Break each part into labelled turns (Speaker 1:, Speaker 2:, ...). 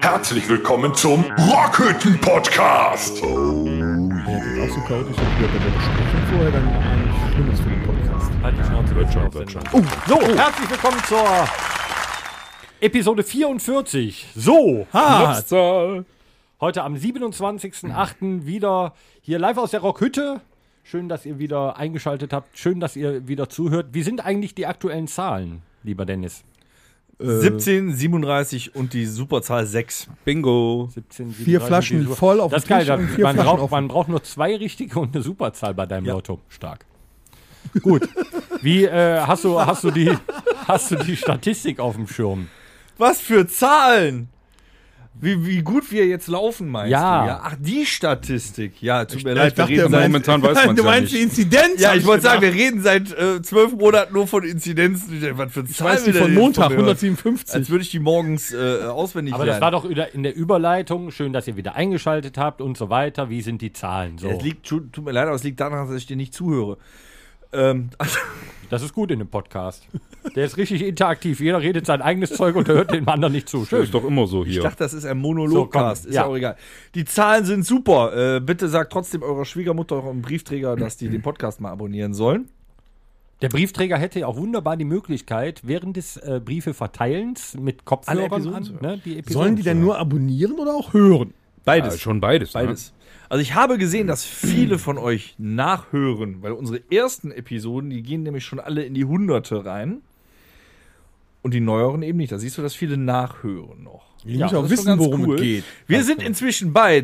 Speaker 1: Herzlich willkommen zum Rockhütten Podcast.
Speaker 2: Ja, das ist auch so chaotisch, dass wir bei der Besprechung vorher dann ein schlimmes für den Podcast.
Speaker 3: Halt die Schnauze. Oh,
Speaker 1: wird schon,
Speaker 3: auf
Speaker 1: wird
Speaker 3: Sendung.
Speaker 4: So, herzlich willkommen zur
Speaker 3: Episode 44. So,
Speaker 5: Ah,
Speaker 3: ups.
Speaker 2: Nutzzahl.
Speaker 3: heute am 27.08. wieder hier live aus der Rockhütte. Schön, dass ihr wieder eingeschaltet habt. Schön, dass ihr wieder zuhört. Wie sind eigentlich die aktuellen Zahlen, lieber Dennis?
Speaker 4: 17, 37 und die Superzahl 6. Bingo.
Speaker 3: 17,
Speaker 2: Vier Flaschen voll auf
Speaker 3: Das ist
Speaker 2: dem
Speaker 3: geil.
Speaker 2: Tisch
Speaker 3: da-
Speaker 2: und vier
Speaker 3: Man
Speaker 2: Flaschen
Speaker 3: braucht,
Speaker 2: offen.
Speaker 3: man braucht nur zwei richtige und eine Superzahl bei deinem Lotto. Stark. Gut. Wie äh, hast, du, hast, du die, hast du die Statistik auf dem Schirm?
Speaker 4: Was für Zahlen! Wie, wie gut wir jetzt laufen, meinst
Speaker 3: Ja.
Speaker 4: du? Ach, die Statistik. Ja, tut mir
Speaker 2: Ja,
Speaker 4: leid, wir reden seit,
Speaker 5: momentan weiß man's
Speaker 2: Du
Speaker 5: ja
Speaker 2: meinst
Speaker 5: nicht.
Speaker 2: die Inzidenz?
Speaker 4: Ja,
Speaker 2: hab
Speaker 4: ich wollte sagen,
Speaker 2: gedacht.
Speaker 4: wir reden seit äh, zwölf Monaten nur von Inzidenzen. Was für Zahlen
Speaker 2: ich weiß die
Speaker 4: wir denn
Speaker 2: von
Speaker 4: jetzt
Speaker 2: Montag,
Speaker 4: gehört?
Speaker 2: 157.
Speaker 4: Als würde ich die morgens äh, auswendig
Speaker 3: Aber das war doch wieder in der Überleitung. Schön, dass ihr wieder eingeschaltet habt und so weiter. Wie sind die Zahlen? So.
Speaker 4: Es liegt, tut tut mir leid, aber es liegt daran, dass ich dir nicht zuhöre. Ähm, also,
Speaker 3: Das ist gut in dem Podcast. Der ist richtig interaktiv. Jeder redet sein eigenes Zeug und hört dem anderen nicht zu. Schön.
Speaker 5: Ist doch immer so
Speaker 4: Ich
Speaker 5: hier.
Speaker 4: dachte, das ist ein Monologcast.
Speaker 3: So, komm,
Speaker 4: ist
Speaker 3: ja.
Speaker 4: ja. auch egal. Die Zahlen sind super. Äh, bitte sagt trotzdem eurer Schwiegermutter, eurem Briefträger, dass die den Podcast mal abonnieren sollen.
Speaker 3: Der Briefträger hätte ja auch wunderbar die Möglichkeit, während des äh, Briefe-Verteilens mit
Speaker 4: Alle
Speaker 3: Kopfhörern
Speaker 4: Episoden
Speaker 3: an,
Speaker 4: zu hören.
Speaker 3: ne, die Episoden
Speaker 2: Sollen die
Speaker 3: zu
Speaker 2: denn
Speaker 3: hören.
Speaker 2: nur abonnieren oder auch hören?
Speaker 5: Ja, schon beides. ne?
Speaker 4: Beides. Also ich habe gesehen, dass viele von euch nachhören, weil unsere ersten Episoden, die gehen nämlich schon alle in die Hunderte rein. Und die neueren eben nicht. Da siehst du, dass viele nachhören noch.
Speaker 2: Ich
Speaker 3: Ja,
Speaker 2: muss auch
Speaker 4: Das ist schon
Speaker 2: wissen,
Speaker 4: ganz
Speaker 2: worum
Speaker 4: cool.
Speaker 2: es geht.
Speaker 4: Wir sind inzwischen bei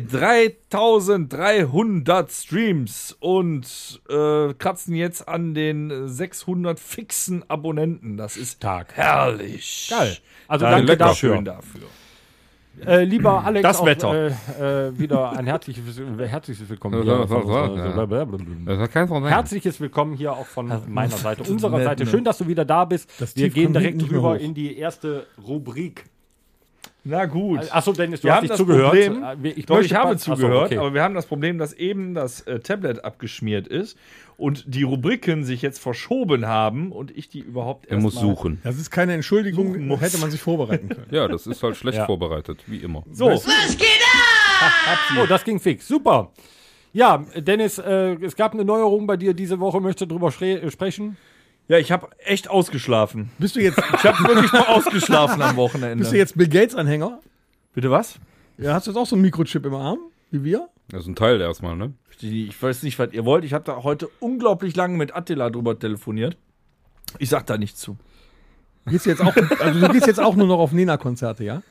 Speaker 4: 3300 Streams und äh, kratzen jetzt an den äh, 600 fixen Abonnenten. Das ist
Speaker 3: Tag.
Speaker 4: herrlich.
Speaker 3: Geil. Also
Speaker 5: Ja,
Speaker 3: danke
Speaker 5: lecker.
Speaker 3: dafür.
Speaker 4: Schön dafür.
Speaker 3: Äh, lieber Alex,
Speaker 4: Das Wetter.
Speaker 3: Äh, äh, wieder ein herzliches, herzliches Willkommen.
Speaker 5: Ja,
Speaker 3: Hier
Speaker 5: das
Speaker 3: von
Speaker 5: war's,
Speaker 3: unserer-
Speaker 5: ja.
Speaker 3: so, blablabla.
Speaker 5: Ne? Das hat keiner von Herz
Speaker 3: Herzliches Willkommen hier auch von meiner Seite, unserer
Speaker 4: nett,
Speaker 3: Seite.
Speaker 4: ne?
Speaker 3: Schön, dass du wieder da bist.
Speaker 2: Das
Speaker 3: Wir
Speaker 2: Tief
Speaker 3: gehen
Speaker 2: kommt
Speaker 3: direkt
Speaker 2: hinten nicht mehr
Speaker 3: rüber
Speaker 2: hoch.
Speaker 3: in die erste Rubrik.
Speaker 4: Na gut.
Speaker 2: Also
Speaker 3: Achso, Dennis, du
Speaker 4: wir
Speaker 3: hast
Speaker 4: haben
Speaker 3: nicht
Speaker 4: das
Speaker 3: zugehört.
Speaker 4: Problem,
Speaker 3: Äh, wir-
Speaker 4: doch,
Speaker 3: möchte
Speaker 4: Ah, ich habe
Speaker 3: mal- achso,
Speaker 4: zugehört,
Speaker 3: okay.
Speaker 4: aber wir haben das Problem, dass eben das äh, Tablet abgeschmiert ist und die Rubriken sich jetzt verschoben haben und ich die überhaupt
Speaker 5: Er muss suchen.
Speaker 2: Das ist keine Entschuldigung, hätte man sich vorbereiten können.
Speaker 5: Ja, das ist halt schlecht
Speaker 3: Ja.
Speaker 5: vorbereitet, wie immer.
Speaker 4: So,
Speaker 3: Oh, das ging fix. Super. Ja, Dennis, äh, es gab eine Neuerung bei dir diese Woche. Möchtest du drüber schre- äh, sprechen?
Speaker 4: ja, ich habe echt ausgeschlafen.
Speaker 2: Bist du jetzt,
Speaker 4: Ich habe wirklich mal ausgeschlafen am Wochenende.
Speaker 2: bist du jetzt Bill Gates Anhänger?
Speaker 4: Bitte was?
Speaker 2: Ja, hast du jetzt auch so einen Mikrochip im Arm, wie wir?
Speaker 5: Das ist ein Teil erstmal, ne?
Speaker 4: Die- Ich weiß nicht, was ihr wollt. Ich habe da heute unglaublich lange mit Attila drüber telefoniert. Ich sag da nichts zu.
Speaker 2: Gehst du jetzt auch, also du gehst jetzt auch nur noch auf Nena-Konzerte, ja?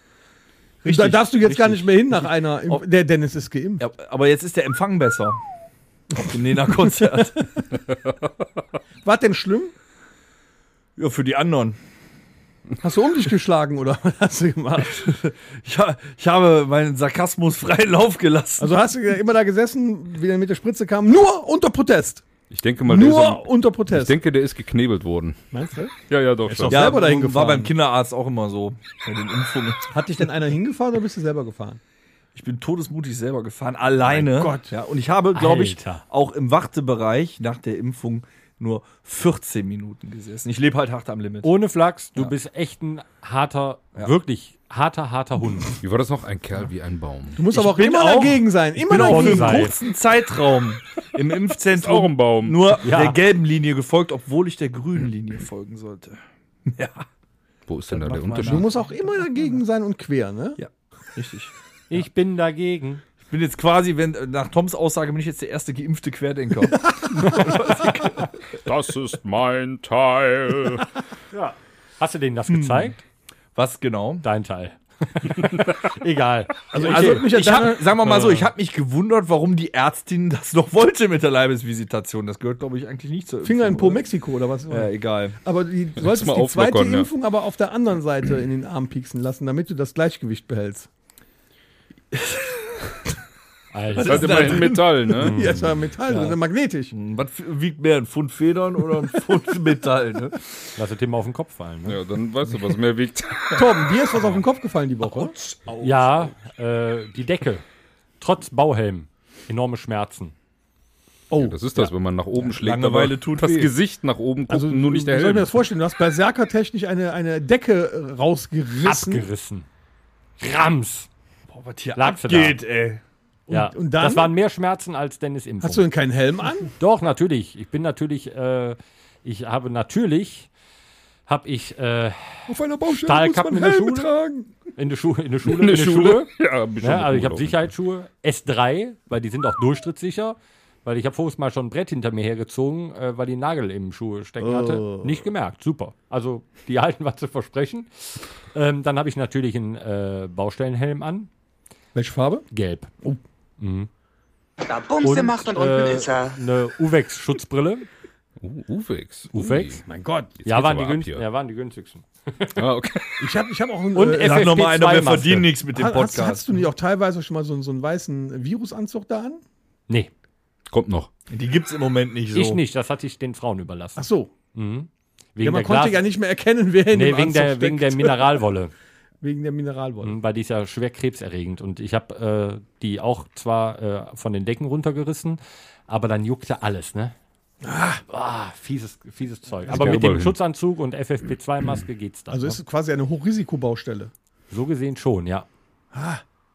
Speaker 4: Richtig,
Speaker 2: da darfst du jetzt gar
Speaker 4: richtig.
Speaker 2: nicht mehr hin nach einer. Im, der Dennis ist geimpft.
Speaker 4: Ja, aber jetzt ist der Empfang besser. Auf dem Nena-Konzert.
Speaker 2: War denn schlimm?
Speaker 4: ja, für die anderen.
Speaker 2: Hast du um dich geschlagen oder was hast du gemacht?
Speaker 4: Ich, ha- ich habe meinen Sarkasmus freien Lauf gelassen.
Speaker 2: Also hast du immer da gesessen, wie er mit der Spritze kam, nur unter Protest.
Speaker 5: Ich denke mal, der ist
Speaker 2: Nur
Speaker 5: am-
Speaker 2: unter
Speaker 5: ich
Speaker 2: Protest.
Speaker 5: denke, der ist geknebelt worden.
Speaker 2: Meinst du?
Speaker 5: Ja, ja, doch. schon.
Speaker 2: doch- selber dahin
Speaker 4: war
Speaker 2: gefahren.
Speaker 4: beim Kinderarzt auch immer so. Bei den Impfungen.
Speaker 2: Hat dich denn einer hingefahren oder bist du selber gefahren?
Speaker 4: Ich bin todesmutig selber gefahren, alleine. Gott. Ja, und ich habe, glaube ich,
Speaker 3: Alter.
Speaker 4: auch im Wartebereich nach der Impfung nur 14 Minuten gesessen. Ich lebe halt hart am Limit.
Speaker 3: Ohne Flachs, du bist echt ein harter, wirklich harter, harter Hund.
Speaker 5: Wie war das noch? Ein Kerl wie ein Baum.
Speaker 2: Du musst aber auch
Speaker 4: bin
Speaker 2: immer
Speaker 4: auch-
Speaker 2: dagegen sein. Immer
Speaker 4: bin auch
Speaker 2: dagegen.
Speaker 4: für einen
Speaker 3: Sei.
Speaker 4: kurzen Zeitraum im Impfzentrum
Speaker 5: Auch ein Baum.
Speaker 4: nur
Speaker 3: Ja.
Speaker 4: der gelben Linie gefolgt, obwohl ich der grünen Linie folgen sollte. Ja,
Speaker 5: Wo ist denn da der
Speaker 4: macht man
Speaker 5: Unterschied?
Speaker 2: Du musst auch immer dagegen sein und quer, ne?
Speaker 4: ja, richtig.
Speaker 3: Ich bin dagegen.
Speaker 4: Ich bin jetzt quasi, wenn nach Toms Aussage bin ich jetzt der erste geimpfte Querdenker.
Speaker 5: Das ist mein Teil.
Speaker 3: Hast du denen das
Speaker 2: Hm.
Speaker 3: gezeigt?
Speaker 4: Was genau?
Speaker 3: Dein Teil. Egal. Also,
Speaker 2: ich würde mich ja
Speaker 4: Ich hab,
Speaker 2: gerne- Äh.
Speaker 4: sagen wir mal so, ich habe mich gewundert, warum die Ärztin das noch wollte mit der Leibesvisitation. Das gehört, glaube ich, eigentlich nicht zur
Speaker 2: Finger in Po
Speaker 4: Impfung, oder?
Speaker 2: Mexiko oder was?
Speaker 4: Ja, egal.
Speaker 2: Aber die solltest
Speaker 5: mal
Speaker 2: die zweite
Speaker 5: auflockern, ja.
Speaker 2: Impfung aber auf der anderen Seite in den Arm pieksen lassen, damit du das Gleichgewicht behältst.
Speaker 5: Das ist halt immer ein Metall, ne?
Speaker 2: Hier ist ja Metall, das ist ja magnetisch.
Speaker 4: Was wiegt mehr, ein Pfund Federn oder ein Pfund Metall? Ne?
Speaker 3: Lass es dem mal auf den Kopf fallen. Ne?
Speaker 5: Ja, dann weißt du, was mehr wiegt.
Speaker 2: Torben, dir ist was auf den Kopf gefallen die Woche.
Speaker 3: Ja, äh, die Decke. Trotz Bauhelm. Enorme Schmerzen.
Speaker 2: Oh,
Speaker 5: Das ist das, wenn man nach oben schlägt.
Speaker 4: Langeweile
Speaker 5: aber
Speaker 4: tut
Speaker 5: das
Speaker 4: weh.
Speaker 5: Gesicht nach oben guckt
Speaker 2: also
Speaker 5: und nur nicht der
Speaker 2: wie soll ich mir
Speaker 5: Helm.
Speaker 2: das vorstellen? Du hast berserkertechnisch eine, eine Decke äh, rausgerissen.
Speaker 3: Abgerissen. Rams.
Speaker 4: Boah, was hier
Speaker 3: Lagst du
Speaker 4: abgeht, ey.
Speaker 3: ja.
Speaker 2: und dann?
Speaker 3: Das waren mehr Schmerzen als Dennis Impfung.
Speaker 2: Hast du denn keinen Helm an?
Speaker 3: Doch, natürlich. Ich bin natürlich, äh, ich habe natürlich, habe ich äh,
Speaker 2: Auf einer Baustelle
Speaker 3: Stahl gehabt mit der Schule.
Speaker 2: tragen.
Speaker 3: in der Schule, in der Schule,
Speaker 5: In der Schule? Ja, hab ich schon
Speaker 3: Ne? Also ich habe
Speaker 5: geguckt.
Speaker 3: Sicherheitsschuhe S3, weil die sind auch durchtrittssicher. Weil ich habe vorhin mal schon ein Brett hinter mir hergezogen, äh, weil die einen Nagel im Schuh stecken
Speaker 5: Oh.
Speaker 3: hatte. Nicht gemerkt, super. Also die halten, was sie versprechen. Ähm, dann habe ich natürlich einen äh, Baustellenhelm an,
Speaker 2: Welche Farbe?
Speaker 3: gelb.
Speaker 6: Da Bumse macht und unten
Speaker 3: äh,
Speaker 6: ist er.
Speaker 3: Eine Uwex-Schutzbrille.
Speaker 5: Uh, Uwex.
Speaker 3: Uwex?
Speaker 5: Mein Gott. Jetzt
Speaker 3: Ja,
Speaker 5: geht's
Speaker 3: waren
Speaker 5: aber
Speaker 3: die,
Speaker 5: ab
Speaker 3: günst-
Speaker 5: hier.
Speaker 3: ja, waren die günstigsten.
Speaker 5: Ah, okay.
Speaker 2: Ich habe ich hab auch einen
Speaker 3: Und
Speaker 2: äh,
Speaker 3: FFP2
Speaker 4: Sag nochmal einer, wir
Speaker 3: Maske.
Speaker 4: verdienen nichts mit dem
Speaker 2: hast, hast,
Speaker 4: Podcast.
Speaker 2: hast du nicht auch teilweise schon mal so, so einen weißen Virusanzug da an?
Speaker 3: Nee,
Speaker 5: Kommt noch.
Speaker 4: Die gibt's im Moment nicht so.
Speaker 3: ich nicht. Das hatte ich den Frauen überlassen.
Speaker 2: Ach so.
Speaker 3: Wegen
Speaker 2: ja, man konnte ja nicht mehr erkennen, wer in
Speaker 3: nee,
Speaker 2: dem
Speaker 3: wegen
Speaker 2: Anzug
Speaker 3: der, wegen der
Speaker 2: steckt.
Speaker 3: Mineralwolle.
Speaker 2: wegen der Mineralwolle.
Speaker 3: Mhm, weil die ist ja schwer krebserregend. Und ich habe äh, die auch zwar äh, von den Decken runtergerissen, aber dann juckte alles, ne? Ah, fieses, fieses Zeug. Aber
Speaker 5: geht
Speaker 3: mit
Speaker 5: überall
Speaker 3: dem
Speaker 5: hin.
Speaker 3: Schutzanzug und FFP2-Maske geht's dann.
Speaker 2: Also
Speaker 3: ne?
Speaker 2: ist es quasi eine Hochrisikobaustelle.
Speaker 3: so gesehen schon, ja.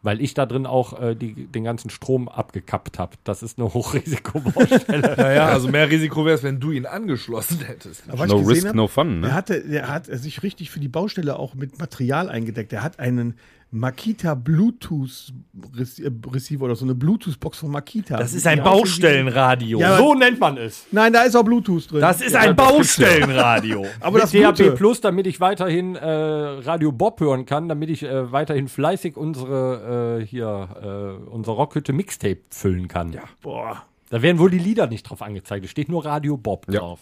Speaker 3: Weil ich da drin auch äh, die, den ganzen Strom abgekappt habe. Das ist eine Hochrisikobaustelle.
Speaker 4: Naja, also mehr Risiko wäre es, wenn du ihn angeschlossen hättest.
Speaker 2: Aber was
Speaker 5: No
Speaker 2: ich gesehen
Speaker 5: risk,
Speaker 2: hab,
Speaker 5: no fun.
Speaker 2: Der,
Speaker 5: Ne?
Speaker 2: hatte, der hat sich richtig für die Baustelle auch mit Material eingedeckt. Der hat einen Makita Bluetooth Rece- äh, Receiver oder so eine Bluetooth Box von Makita. Die aussehen wie-
Speaker 4: Baustellenradio.
Speaker 2: Ja,
Speaker 3: so nennt man es.
Speaker 2: Nein, da ist auch Bluetooth drin.
Speaker 4: das ist ein Baustellenradio.
Speaker 2: aber das
Speaker 3: DAB
Speaker 2: Gute,
Speaker 3: Plus, damit ich weiterhin äh, Radio Bob hören kann, damit ich äh, weiterhin fleißig unsere äh, hier äh, unsere Rockhütte Mixtape füllen kann. Ja.
Speaker 2: boah.
Speaker 3: Da werden wohl die Lieder nicht drauf angezeigt. Es steht nur Radio Bob
Speaker 5: Ja.
Speaker 3: drauf.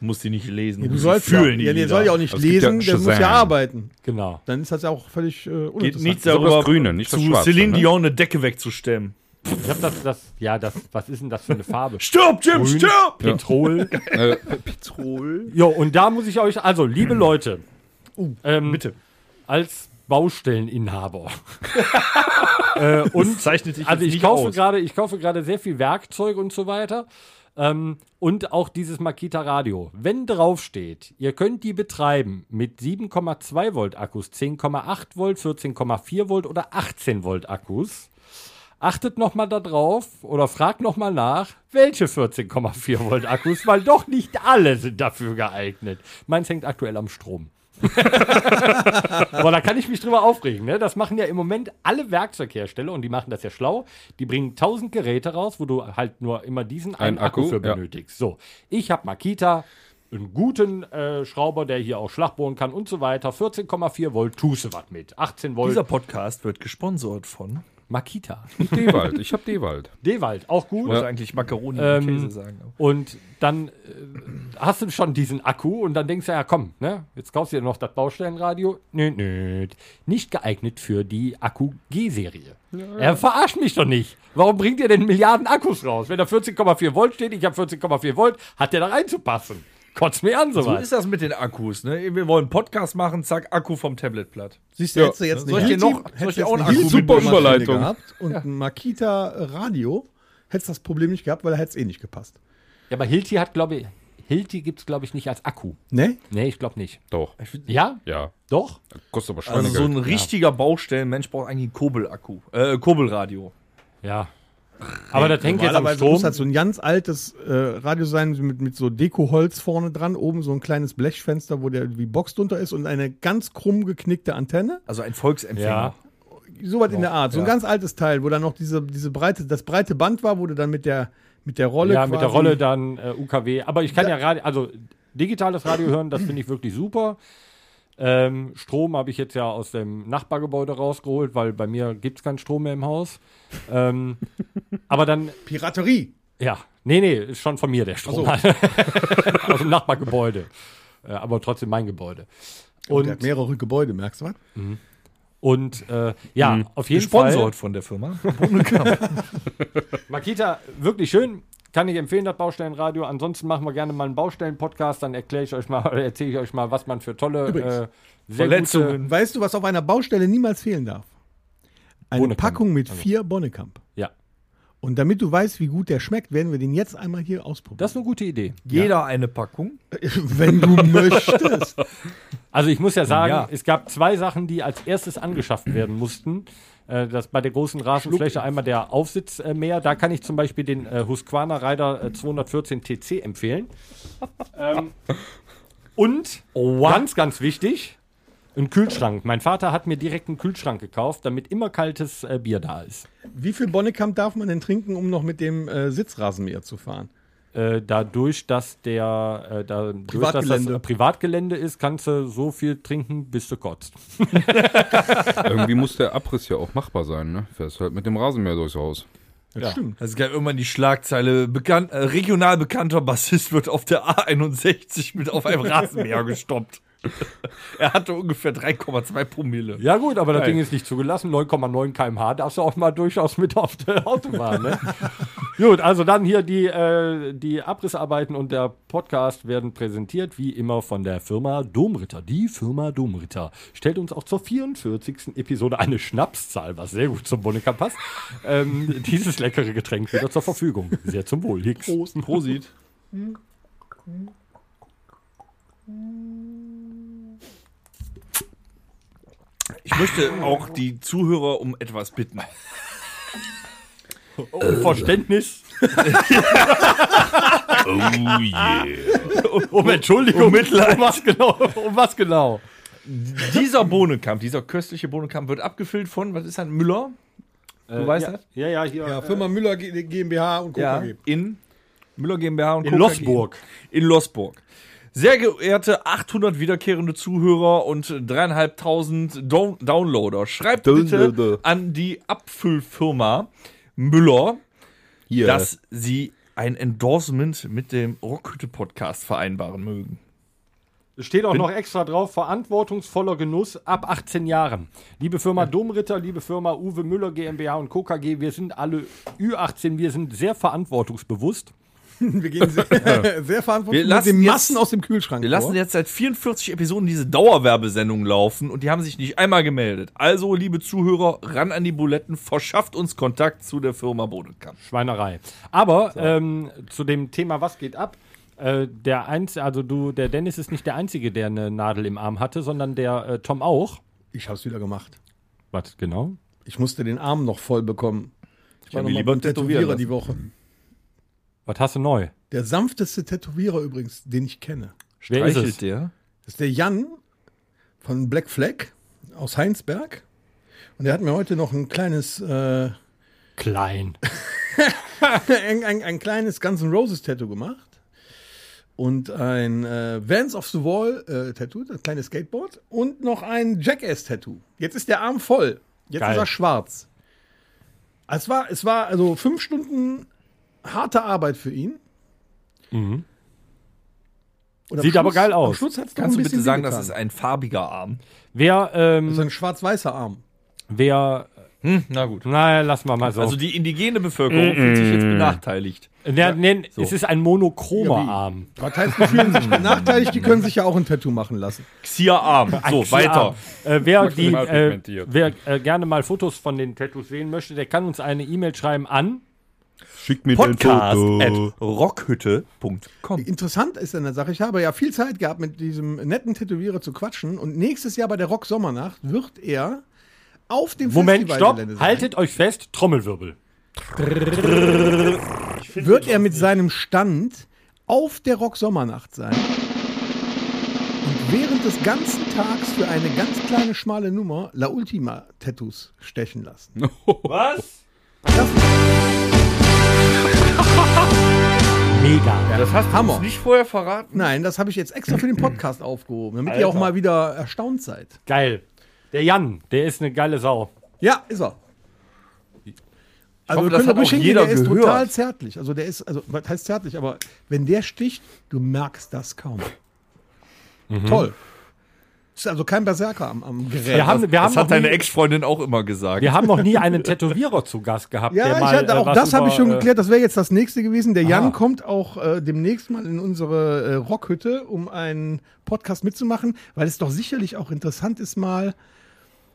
Speaker 4: Muss die nicht lesen.
Speaker 2: Ja,
Speaker 4: muss
Speaker 2: du
Speaker 4: sie
Speaker 2: sollst
Speaker 4: fühlen.
Speaker 2: ja, ja,
Speaker 4: die
Speaker 2: der soll ja auch
Speaker 4: Lieder.
Speaker 2: nicht
Speaker 5: Es gibt ja
Speaker 2: lesen, der muss ja
Speaker 5: Shazam.
Speaker 2: arbeiten.
Speaker 3: Genau.
Speaker 2: Dann ist das ja auch völlig äh,
Speaker 4: Geht
Speaker 2: uninteressant.
Speaker 4: nichts darüber,
Speaker 5: das Grüne, nicht das
Speaker 4: zu
Speaker 5: Schwarze,
Speaker 4: Celine
Speaker 5: ne?
Speaker 4: Dion eine Decke wegzustemmen.
Speaker 3: Ich hab das, das, ja, das, was ist denn das für eine Farbe?
Speaker 4: Stirb, Jim, stirb!
Speaker 3: Petrol.
Speaker 5: Äh,
Speaker 3: jo, und da muss ich euch, also, liebe Leute, ähm,
Speaker 4: Uh, Bitte.
Speaker 3: als Baustelleninhaber. äh, und
Speaker 4: Und zeichnet dich
Speaker 3: also
Speaker 4: jetzt
Speaker 3: ich
Speaker 4: nicht
Speaker 3: kaufe
Speaker 4: aus.
Speaker 3: gerade, ich kaufe gerade sehr viel Werkzeug und so weiter. Ähm, und auch dieses Makita Radio. Wenn drauf steht, ihr könnt die betreiben mit 7,2 Volt Akkus, 10,8 Volt, 14,4 Volt oder 18 Volt Akkus. Achtet nochmal da drauf oder fragt nochmal nach, welche 14,4 Volt Akkus, weil doch nicht alle sind dafür geeignet. Meins hängt aktuell am Strom. Aber da kann ich mich drüber aufregen. Ne? Das machen ja im Moment alle Werkzeughersteller und die machen das ja schlau. Die bringen 1000 Geräte raus, wo du halt nur immer diesen einen
Speaker 5: Ein
Speaker 3: Akku,
Speaker 5: Akku,
Speaker 3: für
Speaker 5: ja.
Speaker 3: benötigst. So, ich habe Makita, einen guten äh, Schrauber, der hier auch Schlag bohren kann und so weiter. 14,4 Volt, tust du was mit. 18 Volt,
Speaker 4: Dieser Podcast wird gesponsert von.
Speaker 3: Makita.
Speaker 5: Dewald. Ich hab Dewald.
Speaker 3: Dewald, auch gut.
Speaker 4: Ich wollte also eigentlich Macaroni
Speaker 3: Ähm,
Speaker 4: und Käse sagen. aber-
Speaker 3: Und dann äh, hast du schon diesen Akku und dann denkst du, ja komm, ne, jetzt kaufst du dir noch das Baustellenradio. Nö, nö. Nicht geeignet für die Akku G-Serie. Er verarscht mich doch nicht. Warum bringt ihr denn Milliarden Akkus raus? Wenn da 14,4 Volt steht, ich habe 14,4 Volt, hat der da reinzupassen. Kotzt mir an,
Speaker 4: So
Speaker 3: sowas.
Speaker 4: ist das mit den Akkus, ne? Wir wollen Podcast machen, zack, Akku vom Tablet platt.
Speaker 2: Siehst du,
Speaker 5: Ja.
Speaker 2: hättest du jetzt
Speaker 4: Soll ich dir
Speaker 2: Hilti-
Speaker 4: noch- soll ich
Speaker 2: hättest
Speaker 4: dir
Speaker 2: du
Speaker 4: auch
Speaker 2: jetzt
Speaker 4: einen
Speaker 2: eine
Speaker 5: Akku
Speaker 2: Hilti-
Speaker 5: mitbringen?
Speaker 2: Bohrmaschine
Speaker 5: Überleitung.
Speaker 2: gehabt und ein Makita Radio hättest das Problem nicht gehabt, weil da hätte es eh nicht gepasst.
Speaker 3: Ja, aber Hilti hat, glaube ich, Hilti gibt es, glaube ich, nicht als Akku.
Speaker 2: Ne?
Speaker 3: Nee, ich glaube nicht.
Speaker 5: Doch.
Speaker 3: Ja?
Speaker 5: Ja.
Speaker 3: Doch?
Speaker 5: Kostet aber Schweinegeld.
Speaker 4: Also so ein richtiger Baustellenmensch braucht eigentlich einen Kobel-Akku. Äh, Kobelradio.
Speaker 3: Ja. Aber das hängt jetzt am
Speaker 2: Normalerweise muss
Speaker 3: Strom.
Speaker 2: halt so ein ganz altes äh, Radio sein mit, mit so Dekoholz vorne dran, oben so ein kleines Blechfenster, wo der wie Box drunter ist und eine ganz krumm geknickte Antenne.
Speaker 4: Also ein Volksempfänger.
Speaker 3: Ja.
Speaker 2: Sowas
Speaker 3: Genau.
Speaker 2: in der Art. So ein
Speaker 4: ja.
Speaker 2: ganz altes Teil, wo dann noch diese, diese breite, das breite Band war, wo du dann mit der, mit der Rolle
Speaker 3: Ja, mit der
Speaker 2: quasi-
Speaker 3: Rolle dann äh, UKW. Aber ich kann ja Radio, also digitales Radio hören, das finde ich wirklich super. Ähm, Strom habe ich jetzt ja aus dem Nachbargebäude rausgeholt, weil bei mir gibt es keinen Strom mehr im Haus. Ähm, aber dann,
Speaker 2: Piraterie.
Speaker 3: ja, nee, nee, ist schon von mir der Strom. aus dem Nachbargebäude. Äh, aber trotzdem mein Gebäude.
Speaker 2: Und der
Speaker 3: Und,
Speaker 2: hat mehrere Gebäude, merkst du was?
Speaker 3: und äh, ja, auf jeden Fall.
Speaker 4: Mhm. Gesponsert von der Firma.
Speaker 3: Makita, wirklich schön. Kann ich empfehlen, das Baustellenradio. Ansonsten machen wir gerne mal einen Baustellen-Podcast. Dann erkläre ich euch mal, oder erzähle ich euch mal, was man für tolle äh, sehr
Speaker 4: Verletzungen.
Speaker 2: Und weißt du, was auf einer Baustelle niemals fehlen darf? Eine
Speaker 3: Bonnekamp.
Speaker 2: Packung mit vier Bonnekamp.
Speaker 3: Gute, ja.
Speaker 2: Und damit du weißt, wie gut der schmeckt, werden wir den jetzt einmal hier ausprobieren.
Speaker 3: Das ist eine gute Idee.
Speaker 4: Jeder eine Packung.
Speaker 2: Wenn du möchtest.
Speaker 3: Also ich muss ja sagen,
Speaker 4: Ja.
Speaker 3: es gab zwei Sachen, die als erstes angeschafft werden mussten. Äh, Das bei der großen Rasenfläche einmal der Aufsitz äh, mehr. Da kann ich zum Beispiel den äh, Husqvarna Rider äh, 214 TC empfehlen. ähm, und ganz, ganz wichtig, ein Kühlschrank. Mein Vater hat mir direkt einen Kühlschrank gekauft, damit immer kaltes äh, Bier da ist.
Speaker 2: Wie viel Bonnekamp darf man denn trinken, um noch mit dem äh, Sitzrasenmäher zu fahren?
Speaker 3: Äh, dadurch, dass der äh, dadurch, Dass
Speaker 2: Privatgelände.
Speaker 3: das Privatgelände ist, kannst du so viel trinken, bis du kotzt.
Speaker 5: Irgendwie muss der Abriss ja auch machbar sein, ne? Fährst halt mit dem Rasenmäher durchs Haus.
Speaker 2: Das stimmt.
Speaker 4: Es gab immer die Schlagzeile, bekannt, äh, regional bekannter Bassist wird auf der A61 mit auf einem Rasenmäher gestoppt. er hatte ungefähr 3,2 Promille.
Speaker 3: Ja gut, aber das
Speaker 4: Geil.
Speaker 3: Ding ist nicht zugelassen. 9,9 km/h darfst du auch mal durchaus mit auf der Autobahn. Ne? gut, also dann hier die, äh, die Abrissarbeiten und der Podcast werden präsentiert, wie immer, von der Firma Domritter. Die Firma Domritter stellt uns auch zur 44. Episode eine Schnapszahl, was sehr gut zum Bonnecker passt, ähm, dieses leckere Getränk wieder zur Verfügung. Sehr zum Wohl, Hicks.
Speaker 4: Prost. Prosit. Ich möchte auch die Zuhörer um etwas bitten.
Speaker 3: Um Verständnis,
Speaker 1: Oh yeah.
Speaker 3: um Entschuldigung, um Mitleid. Um was genau? Um was genau?
Speaker 4: Dieser Bohnenkampf, dieser köstliche Bohnenkampf wird abgefüllt von, was ist das, Müller? Du weißt
Speaker 3: Äh, ja,
Speaker 4: das?
Speaker 3: ja, ja, hier.
Speaker 2: Ja, Firma Müller G- GmbH und
Speaker 4: Ja,
Speaker 2: KKG.
Speaker 4: in Müller GmbH und
Speaker 3: In
Speaker 4: Coca
Speaker 3: Losburg.
Speaker 4: G. In Losburg. Sehr geehrte 800 wiederkehrende Zuhörer und dreieinhalbtausend Down Downloader, schreibt bitte
Speaker 5: Downloader.
Speaker 4: an die Abfüllfirma Müller,
Speaker 5: Hier.
Speaker 4: dass sie ein Endorsement mit dem Rockhütte-Podcast vereinbaren mögen.
Speaker 3: Es Steht auch noch extra drauf, verantwortungsvoller Genuss ab 18 Jahren. Liebe Firma Domritter, liebe Firma Uwe Müller GmbH und KKG, wir sind alle Ü18, wir sind sehr verantwortungsbewusst.
Speaker 2: Wir gehen sehr, sehr verantwortlich
Speaker 4: Wir lassen
Speaker 2: den
Speaker 4: jetzt-
Speaker 2: Massen aus dem Kühlschrank
Speaker 4: Wir lassen
Speaker 2: vor.
Speaker 4: jetzt seit 44 Episoden diese Dauerwerbesendung laufen und die haben sich nicht einmal gemeldet. Also, liebe Zuhörer, ran an die Buletten, verschafft uns Kontakt zu der Firma Bodenkamp.
Speaker 3: Schweinerei. Aber ähm, zu dem Thema, was geht ab? Äh, der Einz also du, der Dennis ist nicht der Einzige, der eine Nadel im Arm hatte, sondern der äh, Tom auch.
Speaker 2: Ich hab's wieder gemacht.
Speaker 3: Was genau?
Speaker 2: Ich musste den Arm noch voll bekommen. Ich war
Speaker 4: hab
Speaker 2: noch
Speaker 4: mir
Speaker 2: mal
Speaker 4: lieber
Speaker 2: beim
Speaker 4: tätowieren
Speaker 2: Tätowierer die Woche.
Speaker 3: Was hast du neu?
Speaker 2: Der sanfteste Tätowierer übrigens, den ich kenne.
Speaker 3: Wer ist es?
Speaker 4: der?
Speaker 2: Das ist der Jan von Black Flag aus Heinsberg. Und der hat mir heute noch ein kleines, äh,
Speaker 3: Klein.
Speaker 2: ein, ein, ein kleines Guns N' Roses Tattoo gemacht. Und ein äh, Vans of the Wall äh, Tattoo, ein kleines Skateboard. Und noch ein Jackass Tattoo. Jetzt ist der Arm voll. Jetzt
Speaker 3: Geil.
Speaker 2: ist er schwarz. Es war, es war also fünf Stunden harte Arbeit für ihn. Und am
Speaker 3: Mhm. Sieht aber
Speaker 2: Schluss-
Speaker 3: geil aus.
Speaker 2: Am Schluss hat's doch
Speaker 4: Kannst
Speaker 2: ein
Speaker 4: du bitte
Speaker 2: bisschen
Speaker 4: sagen,
Speaker 2: wehgetan.
Speaker 4: das ist ein farbiger Arm?
Speaker 3: Wer, ähm,
Speaker 2: So ein schwarz-weißer Arm.
Speaker 3: wer,
Speaker 4: Na gut.
Speaker 3: naja, lass mal mal so.
Speaker 4: Also die indigene Bevölkerung fühlt sich jetzt benachteiligt.
Speaker 3: Na, nee, Es ist ein monochromer
Speaker 2: Ja, wie?
Speaker 3: Arm.
Speaker 2: Was heißt, die fühlen sich benachteiligt, die können sich ja auch ein Tattoo machen lassen.
Speaker 4: Xia Arm. So, weiter.
Speaker 3: Ja. Äh, wer die,
Speaker 5: Maximal
Speaker 3: äh,
Speaker 5: pigmentiert.
Speaker 3: wer äh, gerne mal Fotos von den Tattoos sehen möchte, der kann uns eine E-Mail schreiben an.
Speaker 5: Schick mir
Speaker 4: Podcast at rockhütte.com.
Speaker 2: Interessant ist an der Sache, ich habe ja viel Zeit gehabt, mit diesem netten Tätowierer zu quatschen und nächstes Jahr bei der Rock Sommernacht wird er auf dem
Speaker 3: Moment, stopp,
Speaker 2: Festivalgelände sein.
Speaker 3: haltet euch fest, Trommelwirbel.
Speaker 2: Wird er mit seinem Stand auf der Rock Sommernacht sein. Und während des ganzen Tags für eine ganz kleine schmale Nummer La Ultima Tattoos stechen lassen.
Speaker 3: Was? Mega.
Speaker 4: Das hast du
Speaker 2: Hammer.
Speaker 4: uns nicht vorher verraten.
Speaker 2: Nein, das habe ich jetzt extra für den Podcast aufgehoben, damit ihr auch mal wieder erstaunt seid.
Speaker 3: Geil. Der Jan, der ist eine geile Sau.
Speaker 2: Ja, ist er. Also wir
Speaker 4: hoffe, das
Speaker 2: können
Speaker 4: hat
Speaker 2: ruhig
Speaker 4: auch
Speaker 2: hingehen,
Speaker 4: jeder
Speaker 2: der ist
Speaker 4: gehört.
Speaker 2: total zärtlich. Also der ist, also was heißt zärtlich, aber wenn der sticht, du merkst das kaum. Toll. Ist also kein Berserker am, am Gerät.
Speaker 3: Wir haben, wir
Speaker 4: Das
Speaker 3: haben,
Speaker 4: hat
Speaker 3: noch
Speaker 4: deine
Speaker 3: nie,
Speaker 4: Ex-Freundin auch immer gesagt.
Speaker 3: wir haben noch nie einen Tätowierer zu Gast gehabt.
Speaker 2: ja,
Speaker 3: der
Speaker 2: ich
Speaker 3: mal,
Speaker 2: hatte
Speaker 3: äh,
Speaker 2: auch
Speaker 3: was
Speaker 2: das habe ich schon
Speaker 3: über, äh,
Speaker 2: geklärt. Das wäre jetzt das nächste gewesen. Der Jan
Speaker 3: Ah.
Speaker 2: kommt auch äh, demnächst mal in unsere äh, Rockhütte, um einen Podcast mitzumachen, weil es doch sicherlich auch interessant ist, mal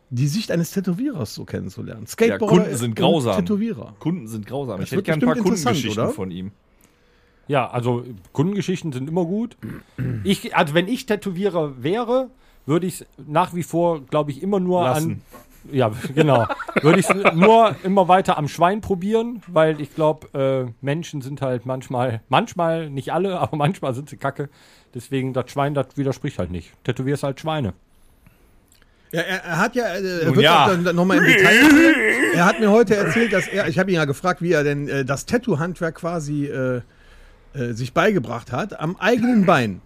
Speaker 2: die Sicht eines Tätowierers so kennenzulernen.
Speaker 4: Kunden sind
Speaker 2: und
Speaker 4: grausam.
Speaker 2: Tätowierer.
Speaker 4: Kunden sind grausam.
Speaker 2: Das
Speaker 4: ich
Speaker 2: wird
Speaker 4: hätte gern ein paar
Speaker 2: bestimmt interessant,
Speaker 4: Kundengeschichten
Speaker 2: oder?
Speaker 4: von ihm.
Speaker 3: Ja, also Kundengeschichten sind immer gut. Ich, also wenn ich Tätowierer wäre, würde ich es nach wie vor, glaube ich, immer nur
Speaker 4: Lassen.
Speaker 3: an. Ja, genau. Würde ich es nur immer weiter am Schwein probieren, weil ich glaube, äh, Menschen sind halt manchmal, manchmal, nicht alle, aber manchmal sind sie kacke. Deswegen, das Schwein, das widerspricht halt nicht. Tätowierst halt Schweine.
Speaker 2: Ja, er, er hat ja, äh, er
Speaker 4: Nun
Speaker 2: wird
Speaker 4: ja.
Speaker 2: ja. dann dann nochmal im Detail erzählen. Er hat mir heute erzählt, dass er, ich habe ihn ja gefragt, wie er denn äh, das Tattoo-Handwerk quasi äh, äh, sich beigebracht hat, am eigenen Bein.